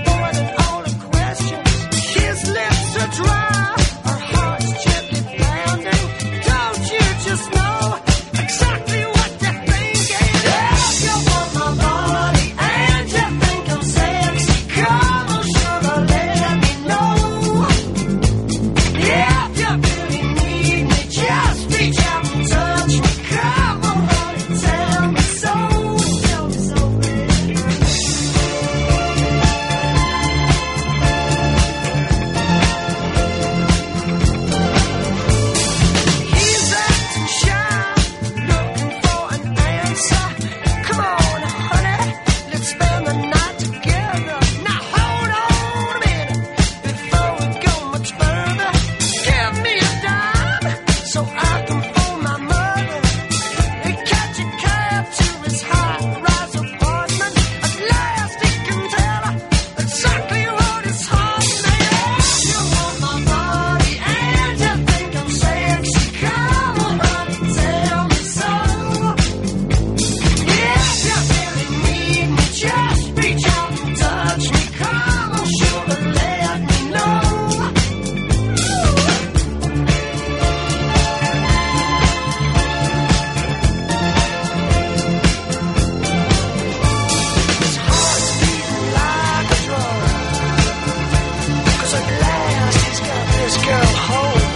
avoiding all the questions. His lips are dry, her heart's gently pounding. Don't you just know exactly what they're thinking? If you want my body and you think I'm sexy, come on, sugar, let me know. If you really need me, just reach out and touch me. Come on, honey, tell me so, tell me so, baby. He's acting shy, looking for an answer. Come on, honey, let's spend the night together. Now hold on a minute before we go much further. Give me a dime so I can phone my mother and catch a cab to his high-rise apartment. At last he can tell her exactly what his heart needs. You want my body and you think I'm sexy. Come on, honey, tell me so. If you really need me, just reach out and touch me. Come on, sugar, let me know. His heart's beating like a drum. 'Cause at last he's got this girl home.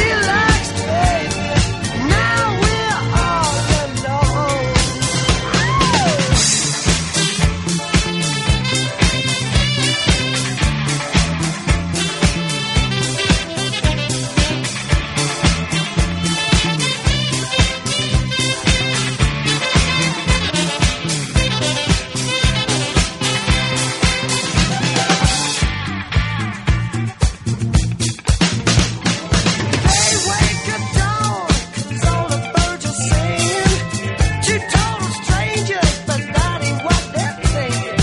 Relax, baby. Now we're all alone. They wake at dawn 'cause all the birds are singing. Two total strangers, but that ain't what they're thinking.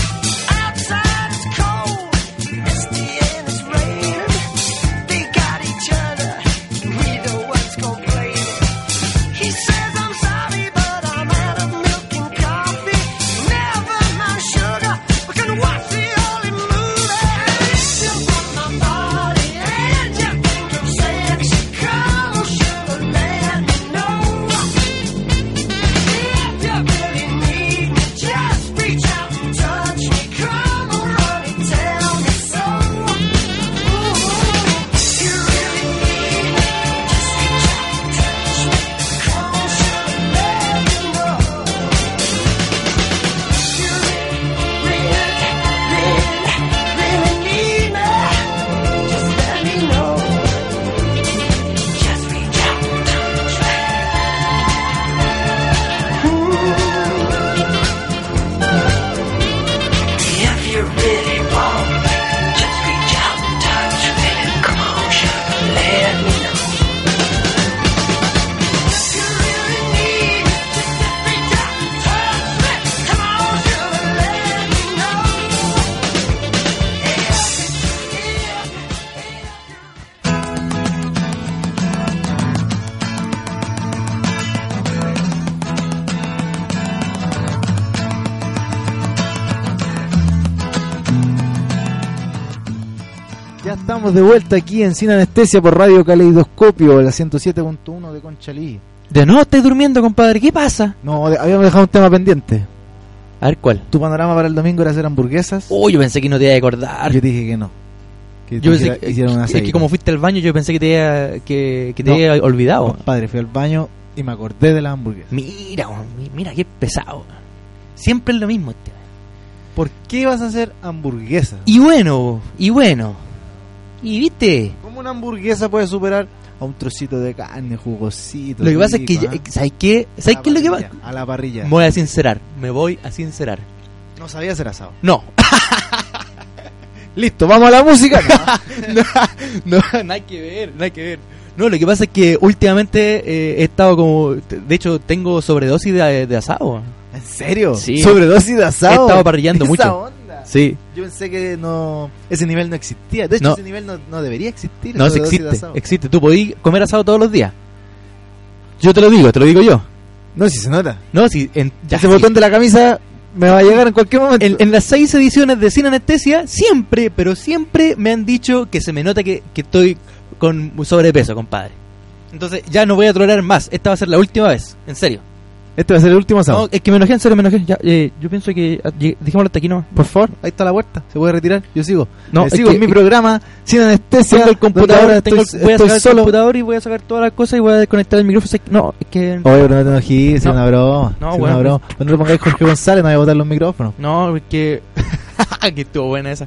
Outside it's cold, misty and it's raining. They got each other, we know what's complaining. He says I'm sorry, but I'm out of milk and coffee. Never mind sugar, we can watch the only movie. You want my body and you think I'm sexy, come on, sugar, let me know. If you really need me, just reach out and touch me. Come on, honey, tell me so. You really need me, just reach out and touch me. Come on, sugar, let me know. You really, really, really need me, just let me know. Just reach out and touch me. If you really want me, just reach out and touch me. Come on, sugar, let me know. If you really need me, just reach out and touch me. Come on, sugar, let me know. If, if, if.
Ya estamos de vuelta aquí en Sin Anestesia por Radio Caleidoscopio, la 107.1 de Conchalí.
De nuevo estáis durmiendo, compadre. ¿Qué pasa?
No, de- habíamos dejado un tema pendiente.
A ver cuál.
Tu panorama para el domingo era hacer hamburguesas.
Uy, yo pensé que no te iba a acordar.
Yo dije que no. Que
Oh, Yo
te
pensé
hiciera-
que,
hiciera un
es que
asadito.
como fuiste al baño, yo pensé que te había, que, que te
No.
había olvidado.
Compadre, fui al baño y me acordé de las hamburguesas.
Mira, weón, mi- mira qué pesado. Siempre es lo mismo. este.
¿Por qué vas a hacer hamburguesas?
Y bueno, y bueno. Y viste,
¿Cómo una hamburguesa puede superar a un trocito de carne jugosito?
lo que pasa es que,
rico,
ya-
ah?
¿sabes qué? ¿Sabes
A
qué es lo que pasa?
parrilla, A la parrilla.
Me voy a sincerar, me voy a sincerar.
No sabía hacer asado.
No,
Listo, vamos a la música.
no, nada que ver, nada que ver. No, lo que pasa es que últimamente eh, he estado como. De hecho, tengo sobredosis de, de asado.
¿En serio?
Sí.
Sobredosis de asado.
He estado parrillando
Esa
mucho.
onda.
Sí,
Yo pensé que no ese nivel no existía. De hecho,
No.
ese nivel no, no debería existir.
no, sí
sobredosis de
existe,
asado.
existe. Tú podís comer asado todos los días. Yo te lo digo, te lo digo yo.
No, si se nota.
No, si en, ya,
ese
sí.
botón de la camisa me va a llegar en cualquier momento.
En, en las seis ediciones de Sin Anestesia, siempre, pero siempre me han dicho que se me nota que, que estoy con sobrepeso, compadre. Entonces ya no voy a tolerar más. Esta va a ser la última vez, en serio.
Este va a ser el último
No,
asado.
es que me enojé, en serio, me enojé. Ya, eh, yo pienso que ah, llegué- dejémoslo hasta aquí nomás.
Por favor, ahí está la puerta. Se puede retirar. Yo sigo.
No,
Eh,
es
sigo
que-
en mi programa sin anestesia.
Tengo el computador,
donde
tengo el-
estoy,
voy a
estoy
sacar el
solo.
computador y voy a sacar todas las cosas y voy a desconectar el micrófono. No, es que...
Oye, pero no te enojes, es
No.
una broma.
No, pues.
es
bueno.
una broma. Cuando le pongáis Jorge González, no voy a botar los micrófonos.
No, porque. que estuvo buena esa.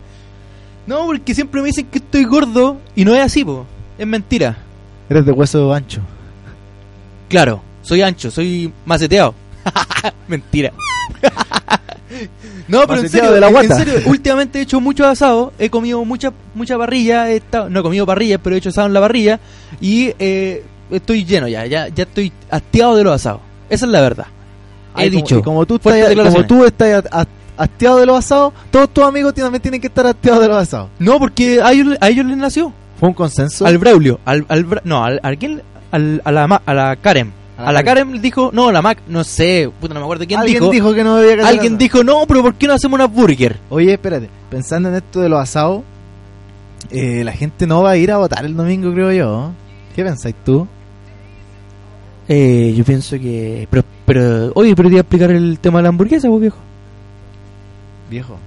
No, porque siempre me dicen que estoy gordo y no es así, po. Es mentira.
Eres de hueso ancho.
Claro, soy ancho, soy maceteado. mentira. no, pero en
Maceteado
serio,
de la
en
guata.
serio, últimamente he hecho mucho asado, he comido mucha mucha parrilla, he estado- no he comido parrilla, pero he hecho asado en la parrilla y eh, estoy lleno ya, ya, ya estoy hastiado de los asados. Esa es la verdad. He
Ay, como-
dicho.
y como tú
Fuertes
estás, como
declaraciones.
tú estás a- a- hastiado de los asados, todos tus amigos también tienen que estar hastiados de los asados.
No, porque a ellos, a ellos les nació.
Fue un consenso.
Al Braulio, al, al Bra- no, al, al quién- al- a, la, Ma- a la Karen.
A
A
la
la Karen le dijo, no, la Mac, no sé, puta, no me acuerdo quién
Ah, alguien
dijo.
dijo, que no debía que hacer
alguien
asado.
dijo, no, pero ¿por qué no hacemos una burger?
Oye, espérate, pensando en esto de los asados, eh, la gente no va a ir a votar el domingo, creo yo. ¿Qué pensáis tú?
Eh, yo pienso que. Pero, pero oye, pero te iba a explicar el tema de la hamburguesa, vos viejo.
Viejo,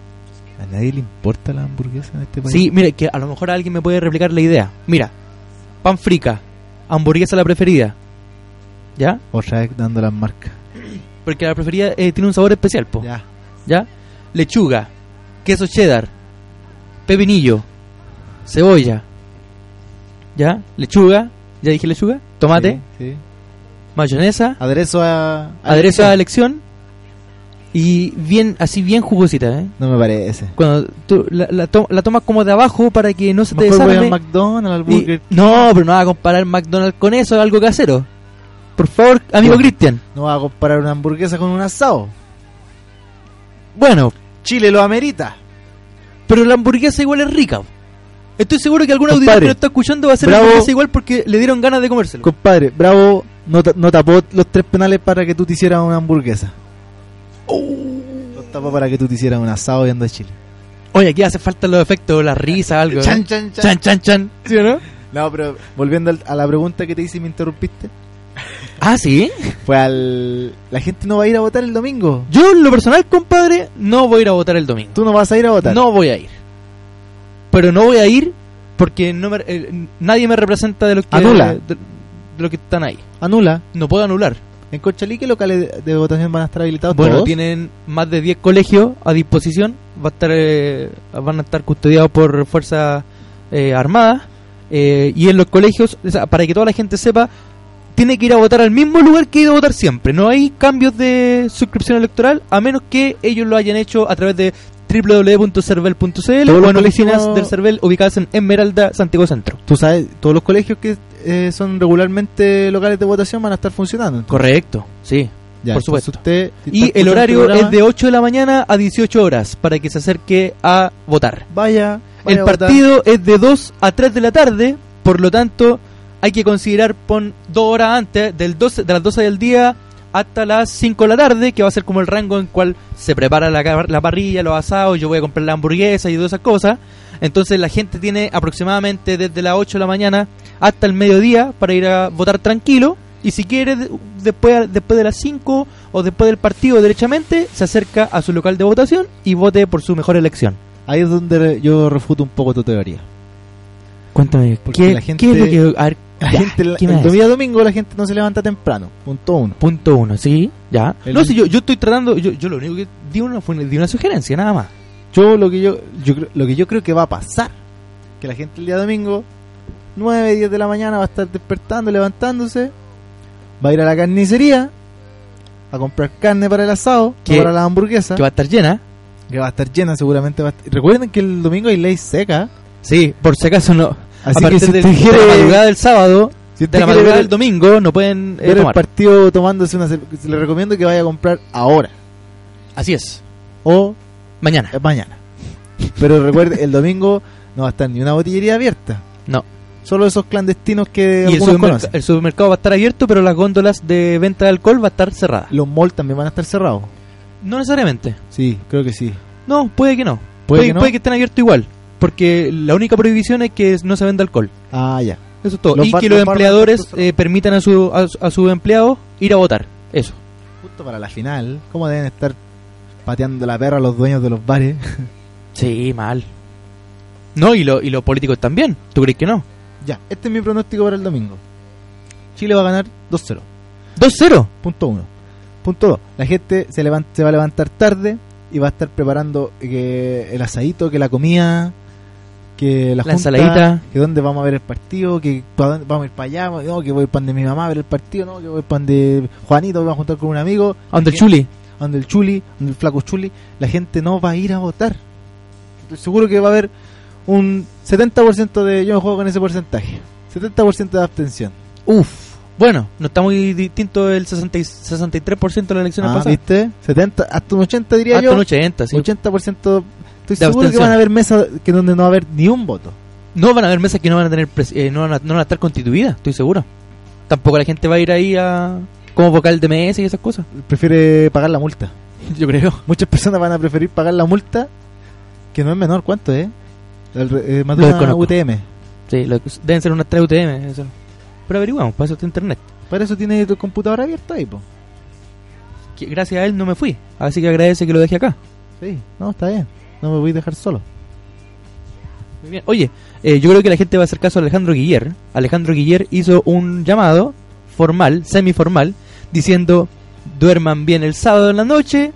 a nadie le importa la hamburguesa en este país.
Sí, mire, que a lo mejor alguien me puede replicar la idea. Mira, pan frica, hamburguesa la preferida. ¿Ya?
Otra vez dando las marcas.
Porque la preferida eh, tiene un sabor especial, po.
Ya.
¿ya? Lechuga, queso cheddar, pepinillo, cebolla, ¿ya? Lechuga, ya dije lechuga, tomate,
Sí, sí.
mayonesa,
Aderezo a.
aderezo a elección y bien, así bien jugosita, ¿eh?
No me parece.
Cuando tú la, la to- la tomas como de abajo para que no se te
Mejor voy al
desarme.
McDonald's, al
y-
Burger
no, pero no vas a comparar McDonald's con eso, es algo casero. Por favor, amigo
Bueno.
Cristian.
No va a comparar una hamburguesa con un asado.
Bueno,
Chile lo amerita.
Pero la hamburguesa igual es rica. Estoy seguro que algún auditor
Compadre,
que lo está escuchando va a hacer
bravo.
hamburguesa igual porque le dieron ganas de comérselo.
Compadre, Bravo no, ta- no tapó los tres penales para que tú te hicieras una hamburguesa. Oh. Los tapó para que tú te hicieras un asado yendo a Chile.
Oye, aquí hace falta los efectos, la risa, algo. ¿eh?
Chan, chan, chan.
chan, chan, chan. ¿Sí o no?
No, pero volviendo al- a la pregunta que te hice y me interrumpiste.
Ah, sí.
Fue al... La gente no va a ir a votar el domingo.
Yo, en lo personal, compadre, no voy a ir a votar el domingo.
Tú no vas a ir a votar.
No voy a ir. Pero no voy a ir porque no me- eh, nadie me representa de los que,
Anula.
de- de los que están ahí.
Anula.
No puedo anular.
En Conchalí, ¿qué locales de votación van a estar habilitados?
Bueno,
¿Todos?
tienen más de 10 colegios a disposición. Va a estar, eh, van a estar custodiados por Fuerza eh, Armada. eh, y en los colegios, o sea, para que toda la gente sepa, tiene que ir a votar al mismo lugar que ha ido a votar siempre. No hay cambios de suscripción electoral, a menos que ellos lo hayan hecho a través de www.cervel.cl
Todos
o
los
en oficinas
colegios-
del Cervel ubicadas en Esmeralda, Santiago Centro.
Tú sabes, todos los colegios que eh, son regularmente locales de votación van a estar funcionando. entonces.
Correcto, sí.
Ya,
Por
entonces
supuesto.
usted- si
Y
está
el
escuchando
horario
programa,
es de 8 de la mañana a 18 horas para que se acerque a votar.
Vaya, vaya
El
a votar.
partido es de 2 a 3 de la tarde, por lo tanto hay que considerar pon dos horas antes, del 12, de las 12 del día hasta las 5 de la tarde, que va a ser como el rango en cual se prepara la, ca- la parrilla, los asados, yo voy a comprar la hamburguesa y todas esas cosas. Entonces la gente tiene aproximadamente desde las 8 de la mañana hasta el mediodía para ir a votar tranquilo Y si quiere, de- después, después de las 5 o después del partido, derechamente, se acerca a su local de votación y vote por su mejor elección.
Ahí es donde yo refuto un poco tu teoría.
Cuéntame,
Porque
¿qué,
la gente-
qué es lo que.? a ver,
La
ya,
gente, la-
¿qué me
el
vas a decir?
día domingo la gente no se levanta temprano. Punto uno.
Punto uno, ¿sí? Ya.
El
no,
un-
si yo, yo estoy tratando. Yo, yo lo único que di una, fue una, di una sugerencia, nada más.
Yo lo que yo, yo creo- lo que yo creo que va a pasar, que la gente el día domingo, 9, 10 de la mañana va a estar despertando, levantándose, va a ir a la carnicería a comprar carne para el asado,
Que-
no para la hamburguesa,
Que va a estar llena.
que va a estar llena seguramente. Va a estar- Recuerden que el domingo hay ley seca,
Sí, por si acaso no.
así
a
que
partir
si
de,
usted
de la
quiere
madrugada del sábado,
si usted
de la
quiere
madrugada
ver,
del domingo, no pueden eh,
ver el
tomar.
partido tomándose una cerveza, le recomiendo que vaya a comprar ahora
Así es.
o
Mañana.
eh, mañana. Pero recuerde, el domingo no va a estar ni una botillería abierta.
No.
Solo esos clandestinos que
Y el,
Eh, algunos
supermerc-
conocen.
el supermercado va a estar abierto, pero las góndolas de venta de alcohol va a estar cerradas.
Los malls también van a estar cerrados.
No necesariamente.
Sí, creo que sí.
No, puede que no.
¿Puede
Puede,
que no?
puede que estén abiertos igual. Porque la única prohibición es que no se venda alcohol.
Ah, ya.
Eso es todo.
Los
y
bar-
que los,
los bar-
empleadores eh, permitan a su, a, su- a sus empleados ir a votar. Eso.
Justo para la final, ¿cómo deben estar pateando la perra los dueños de los bares?
Sí, mal. No, y, lo- y los políticos también. ¿Tú crees que no?
ya, este es mi pronóstico para el domingo. Chile va a ganar 2-0.
2-0.
Punto 1. Punto 2. La gente se, levan- se va a levantar tarde y va a estar preparando que el asadito, que la comida, que la,
La
junta,
ensaladita.
que dónde vamos a ver el partido, que pa dónde- vamos a ir para allá, no, que voy pan de mi mamá a ver el partido, no, que voy pan de Juanito, que voy a juntar con un amigo.
Donde el
Bien.
chuli.
donde el chuli, donde el flaco chuli, la gente no va a ir a votar. Estoy seguro que va a haber un 70% de... Yo me juego con ese porcentaje. 70% de abstención.
Uf. Bueno, no está muy distinto del 60 y- 63% de las elecciones
Ah,
pasadas.
¿Viste? 70, hasta un 80 diría
Hasta
yo.
un 80, sí.
80%. Estoy
De
seguro que
abstención.
van a haber mesas que donde no va a haber ni un voto.
No van a haber mesas que no van a tener pres- eh, no, van a, no van a estar constituidas, estoy seguro. Tampoco la gente va a ir ahí a como vocal de mesa y esas cosas.
Prefiere pagar la multa.
Yo creo.
Muchas personas van a preferir pagar la multa, que no es menor. ¿Cuánto es? El re- eh, más de
Lo
una
desconozco.
UTM.
Sí, lo- deben ser unas 3 UTM. eso. Pero averiguamos, para eso está internet.
Para eso tiene tu computadora abierta ahí, po.
Que gracias a él no me fui, así que agradece que lo dejé acá.
Sí, no, está bien. No me voy a dejar solo.
Muy bien. Oye, eh, yo creo que la gente va a hacer caso a Alejandro Guiller. Alejandro Guiller hizo un llamado formal, semiformal, diciendo duerman bien el sábado en la noche,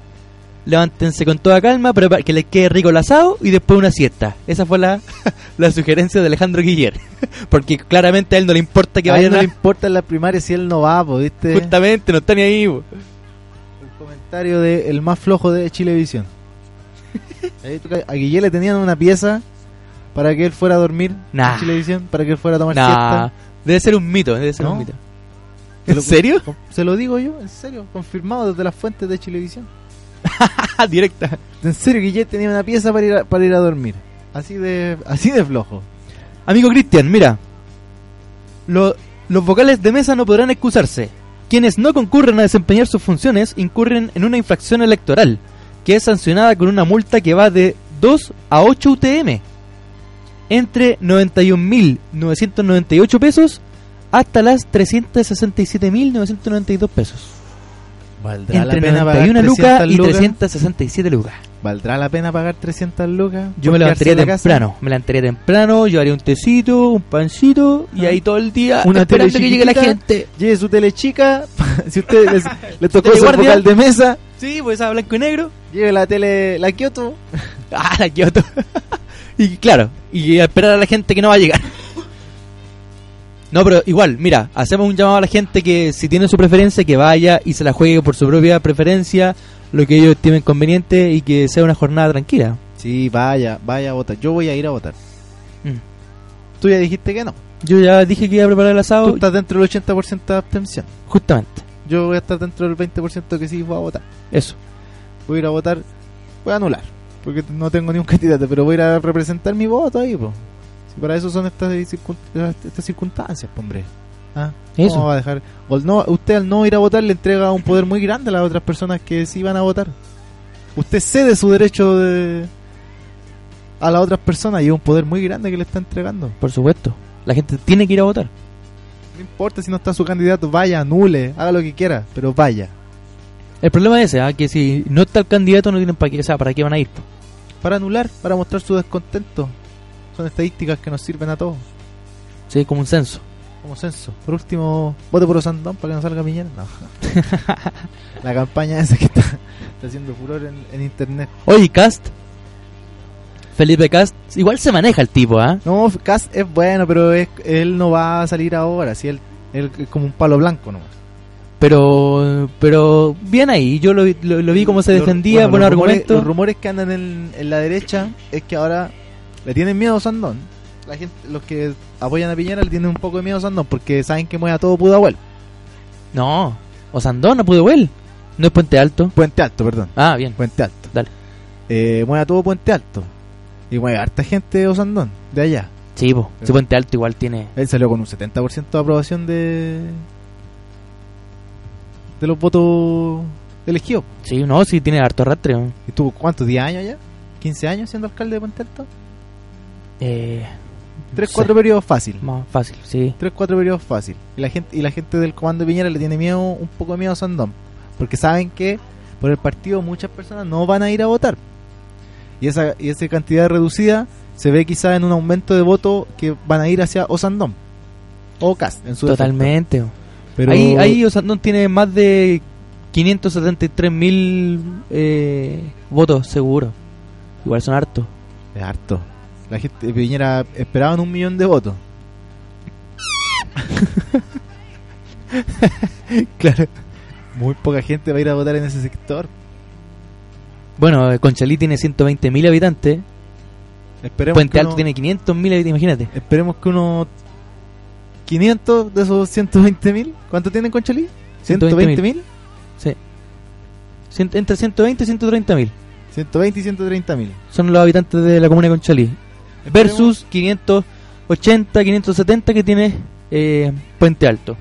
levántense con toda calma, prepar- que les quede rico el asado y después una siesta. Esa fue la, la sugerencia de Alejandro Guiller. Porque claramente a él no le importa que
a él
vayan
no
a...
le importa en la primaria si él no va, po, ¿viste?
Justamente, no están ni ahí. po.
El comentario de el más flojo de Chilevisión. Ahí tú ca- a Guille le tenían una pieza para que él fuera a dormir
Nah.
en Chilevisión, para que él fuera a tomar
Nah,
siesta.
debe ser un mito, debe ser
¿No?
un mito.
Te
¿En
lo-
serio?
Com- Se lo digo yo, en serio, confirmado desde las fuentes de Chilevisión.
Ah, directa.
En serio, Guille tenía una pieza para ir a, para ir a dormir. Así de así de flojo.
Amigo Cristian, mira. Lo- los vocales de mesa no podrán excusarse. Quienes no concurren a desempeñar sus funciones incurren en una infracción electoral, que es sancionada con una multa que va de 2 a 8 UTM, entre 91.998 pesos hasta las 367.992 pesos.
¿Valdrá
Entre 91 lucas y 367 lucas.
¿Valdrá la pena pagar 300 lucas?
Yo
por
me
quedarse
levantaría
en la casa?
temprano, me levantaría temprano, yo haría un tecito, un pancito y
Ah.
ahí todo el día
Una
esperando
tele
que llegue la
chiquitita.
gente.
Lleve su telechica, si usted les- le tocó su
Teleguardia.
vocal de mesa,
Sí, pues a blanco y negro.
lleve la tele, la Kyoto.
Ah, la Kyoto. y claro, y a esperar a la gente que no va a llegar. No, pero igual, mira, hacemos un llamado a la gente que si tiene su preferencia, que vaya y se la juegue por su propia preferencia, lo que ellos estimen conveniente y que sea una jornada tranquila.
Sí, vaya, vaya a votar. Yo voy a ir a votar.
Mm.
Tú ya dijiste que no.
Yo ya dije que iba a preparar el
Tú
asado,
estás dentro del 80% de abstención.
justamente,
Yo voy a estar dentro del 20% que sí voy a votar.
eso.
Voy a ir a votar, voy a anular. Porque no tengo ni un candidato, pero voy a ir a representar mi voto ahí, po. Si para eso son estas, circun- estas circunstancias, po, hombre. ¿Ah? ¿Cómo
Eso.
va a dejar? O el no, usted al no ir a votar le entrega un poder muy grande a las otras personas que sí van a votar. Usted cede su derecho de- a las otras personas y es un poder muy grande que le está entregando.
Por supuesto, la gente tiene que ir a votar.
No importa si no está su candidato, vaya, anule, haga lo que quiera, pero vaya.
El problema es ese, ¿ah? que si no está el candidato no tienen para qué, o sea, para qué van a ir. po.
Para anular, para mostrar su descontento. Son estadísticas que nos sirven a todos,
Sí, como un censo.
como censo. Por último, vote por Osandón para que no salga Piñera. No. La campaña esa que está, está haciendo furor en, en internet.
Oye, Cast. Felipe Cast. Igual se maneja el tipo, ¿ah?
No, Cas es bueno, pero es- él no va a salir ahora, si él, él es como un palo blanco nomás.
Pero, pero bien ahí. Yo lo, lo- lo vi como se
Los-
defendía,
bueno,
buenos
los rumores-
argumentos.
Los rumores que andan en, en la derecha es que ahora le tienen miedo a Sandón. La gente, los que apoyan a Piñera le tienen un poco de miedo a Sandón porque saben que mueve a todo Pudahuel.
No, Osandón no pudo ver. No es Puente Alto.
Puente Alto, perdón.
Ah, bien.
Puente Alto.
Dale.
Eh, mueve a todo Puente Alto. Y mueve harta gente de Osandón, de allá.
Sí, po. Sí, Puente Alto igual tiene.
Él salió con un 70% de aprobación de. de los votos elegidos.
Sí, no, sí tiene harto rastre. ¿no?
¿Estuvo cuánto? ¿10 años ya? ¿15 años siendo alcalde de Puente Alto?
Eh,
3,
Sí.
4 periodos fácil.
más fácil, sí.
3, 4 periodos fácil. Y la gente y la gente del comando de Piñera le tiene miedo, un poco de miedo a Sandón. Porque saben que por el partido muchas personas no van a ir a votar. Y esa, y esa cantidad reducida se ve quizá en un aumento de votos que van a ir hacia Osandón. O Cast, en su
Totalmente. po.
defecto. Pero
Ahí, ahí Osandón tiene más de 573 mil eh, votos, seguro. Igual son hartos.
Es harto. La gente de Piñera esperaban un millón de votos. claro. Muy poca gente va a ir a votar en ese sector.
Bueno, eh, Conchalí tiene 120 mil habitantes.
Esperemos
Puente
que
Alto
uno-
tiene 500 mil habitantes, imagínate.
Esperemos que unos 500 de esos 120 mil. ¿Cuánto tienen con Chalí? 120 mil.
Cien- Entre 120 y 130 mil
120 y 130 mil.
son los habitantes de la comuna de Conchalí. Versus 580, 570 que tiene eh, Puente Alto.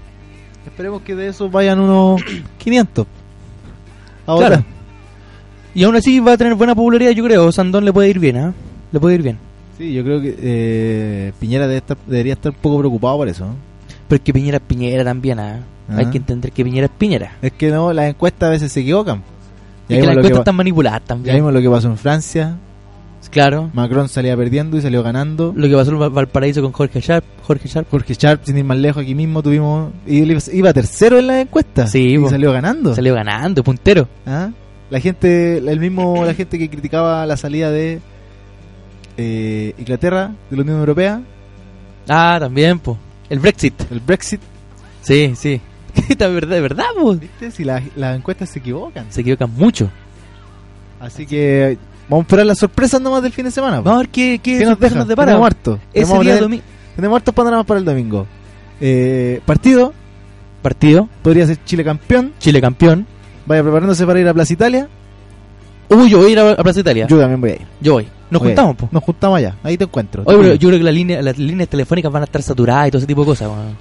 Esperemos que de esos vayan unos 500. A votar.
Claro. Y aún así va a tener buena popularidad, yo creo. Sandón le puede ir bien, ¿ah? Le puede ir bien.
Sí, yo creo que eh, Piñera debe estar- debería estar un poco preocupado por eso. ¿no?
Pero es que Piñera es Piñera también, ¿ah?
Ah.
Hay que entender que Piñera es Piñera.
Es que no, las encuestas a veces se equivocan.
Y
Ya
que las
vimos, lo que,
encuestas
pa-
están manipuladas
ya
también.
vimos lo que pasó en Francia.
Claro.
Macron salía perdiendo y salió ganando.
Lo que pasó en Val- Valparaíso con Jorge Sharp. Jorge Sharp.
Jorge Sharp, sin ir más lejos, aquí mismo tuvimos. Y él iba, iba tercero en las encuestas.
Sí,
y
po.
salió ganando.
Salió ganando, puntero.
¿Ah? La gente, el mismo, la gente que criticaba la salida de eh, Inglaterra de la Unión Europea,
Ah, también, po. El Brexit.
el Brexit,
Sí, sí. Esta es verdad, de verdad, po.
¿viste? Si la- las encuestas se equivocan.
Se equivocan mucho.
Así que vamos a esperar las sorpresas nomás del fin de semana. po.
Vamos a ver qué, qué
¿Qué nos
sorpresa
deja?
nos depara.
Tenemos harto.
Ese
Vamos a
día
tener-
domingo.
tenemos hartos panoramas para el domingo. Eh, partido,
Partido.
podría ser Chile campeón.
Chile campeón.
Vaya preparándose para ir a Plaza Italia.
Uy, yo voy a ir a a Plaza Italia. Yo,
Yo también voy a ir.
voy. Nos
Voy a ir.
juntamos, po.
Nos juntamos allá. Ahí te encuentro.
Oye, pero yo creo que la línea- las líneas telefónicas van a estar saturadas y todo ese tipo de cosas, weón.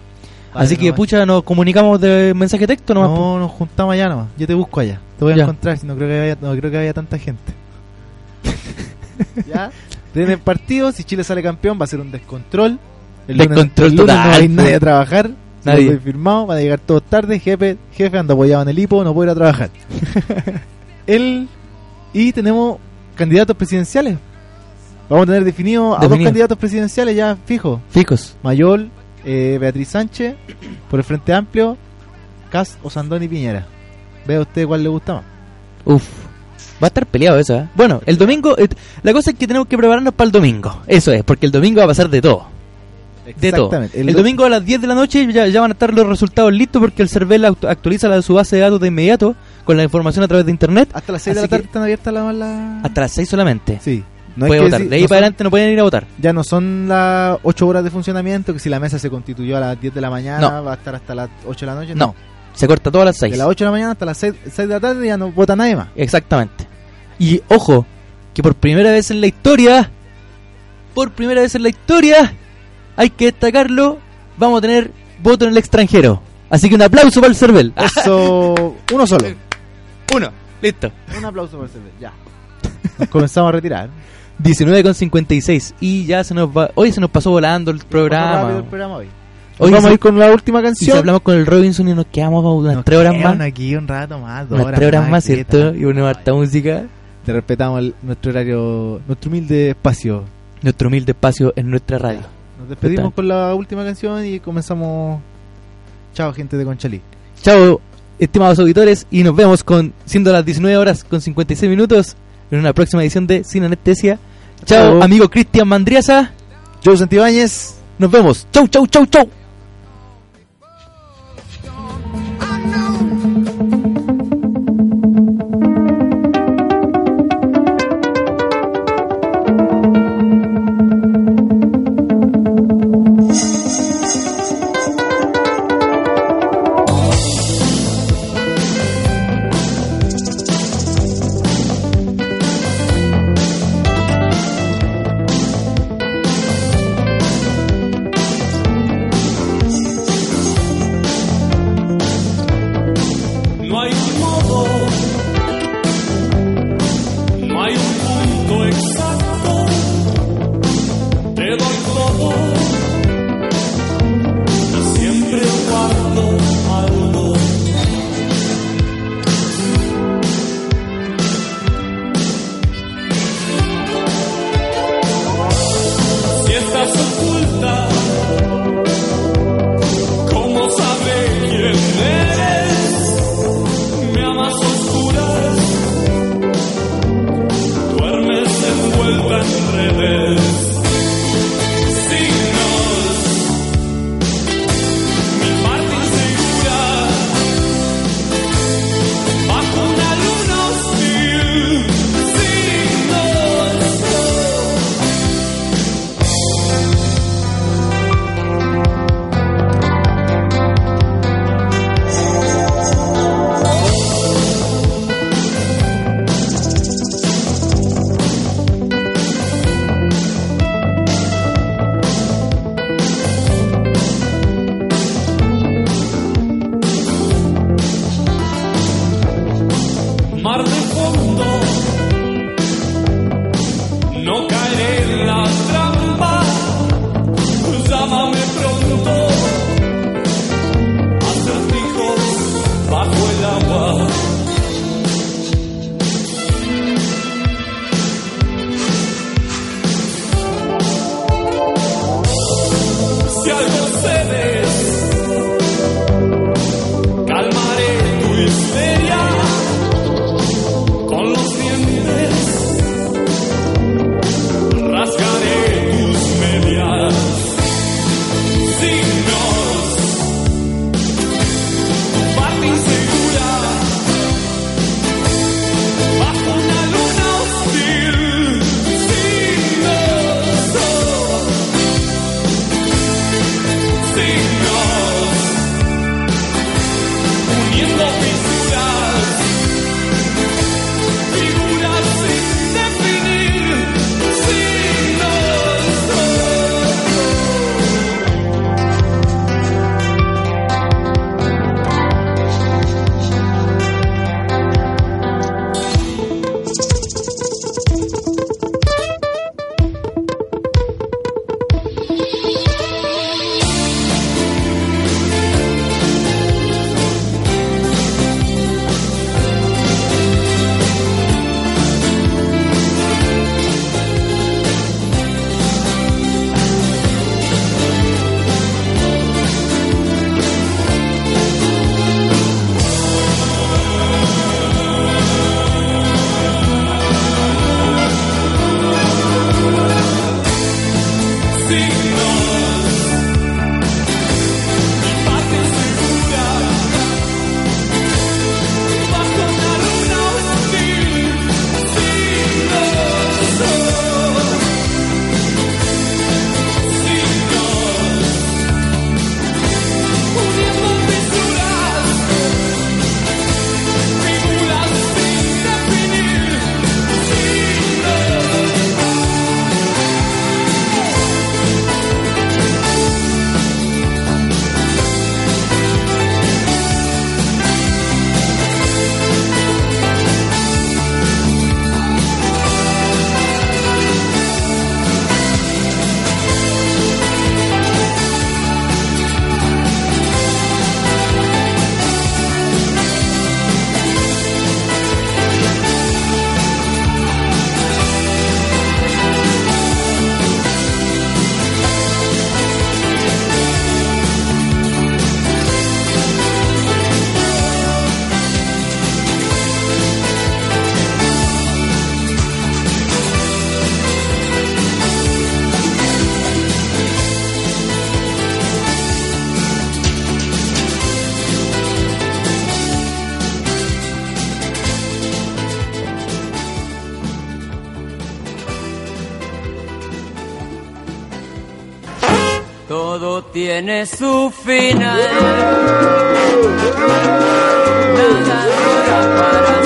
Vale,
Así que,
nomás.
pucha, nos comunicamos de mensaje texto nomás. po.
No, nos juntamos allá nomás. Yo te busco allá. Te voy a
Ya.
encontrar. si No creo que haya, no creo que haya tanta gente. ya. Tienen partido. Si Chile sale campeón, va a ser un descontrol. El lunes-
Descontrol
el lunes No va a ir
total.
nadie a trabajar. Si
Nadie.
no estoy firmado. Van a llegar todos tarde. Jefe, jefe anda apoyado en el hipo. No puedo ir a trabajar. el, y tenemos candidatos presidenciales. Vamos a tener definido, a dos
Definido.
candidatos presidenciales ya fijos.
Fijos.
Mayol, eh, Beatriz Sánchez, por el Frente Amplio, Cas Osandón y Piñera. Vea usted cuál le gusta más.
Uf. Va a estar peleado eso, ¿eh? Bueno, el domingo. eh, la cosa es que tenemos que prepararnos para el domingo. Eso es, porque el domingo va a pasar de todo. De todo. El,
do-
domingo a las 10 de la noche ya, ya van a estar los resultados listos porque el CERVEL act- actualiza la- su base de datos de inmediato con la información a través de internet
Hasta las 6 de
Así
la tarde
que-
están abiertas las. La...
hasta las 6 solamente.
Sí. No hay
Puede
que
votar.
decir-
de ahí
no
para
son-
adelante no pueden ir a votar.
Ya no son las 8 horas de funcionamiento, que si la mesa se constituyó a las 10 de la mañana,
No.
va a estar hasta las 8 de la noche.
No, se corta todas las 6.
De las 8 de la mañana hasta las 6, de la tarde ya no vota nadie más.
Exactamente. Y ojo, que por primera vez en la historia, por primera vez en la historia, hay que destacarlo, vamos a tener voto en el extranjero. Así que un aplauso para el CERVEL. Ah,
Eso. Uno solo.
uno, listo.
Un aplauso por el servidor. Ya. Nos comenzamos a retirar.
19,56. Y ya se nos va. Hoy se nos pasó volando el
Pasó rápido
programa.
el programa hoy.
Oye,
Vamos a
si-
ir con la última
si
canción.
hablamos con el Robinson y nos quedamos como unas
Nos
tres horas
quedaron
más.
aquí un rato más, dos
Unas tres horas más,
¿qué
¿cierto?
tal?
Y una harta música.
Te respetamos el- nuestro horario, nuestro humilde espacio.
Nuestro humilde espacio en nuestra radio.
Nos despedimos
Total.
con la última canción y comenzamos. Chao, gente de Conchalí.
Chao, estimados auditores, y nos vemos con siendo las 19 horas con 56 minutos en una próxima edición de Sin Anestesia. Chao,
Chao.
amigo Cristian Mandriaza.
Yo, Santibáñez.
Nos vemos. Chau, chau, chau, chau.
No hay un modo, no hay un punto exacto. Te doy todo, y siempre guardo algo. Si estás oculta, ¿cómo sabré quién eres? me amas a oscuras, duermes envuelta en redes. Signos, mi parte insegura, bajo una luna hostil. Signos, mar de fondo. No caeré en la trampa, llámame pronto. Acertijos bajo el agua. Si algo cedes, calmaré tu histeria con los dientes rasgaré tus medias signos tu parte insegura bajo una luna hostil signos oh.
Todo tiene su final. Nada dura para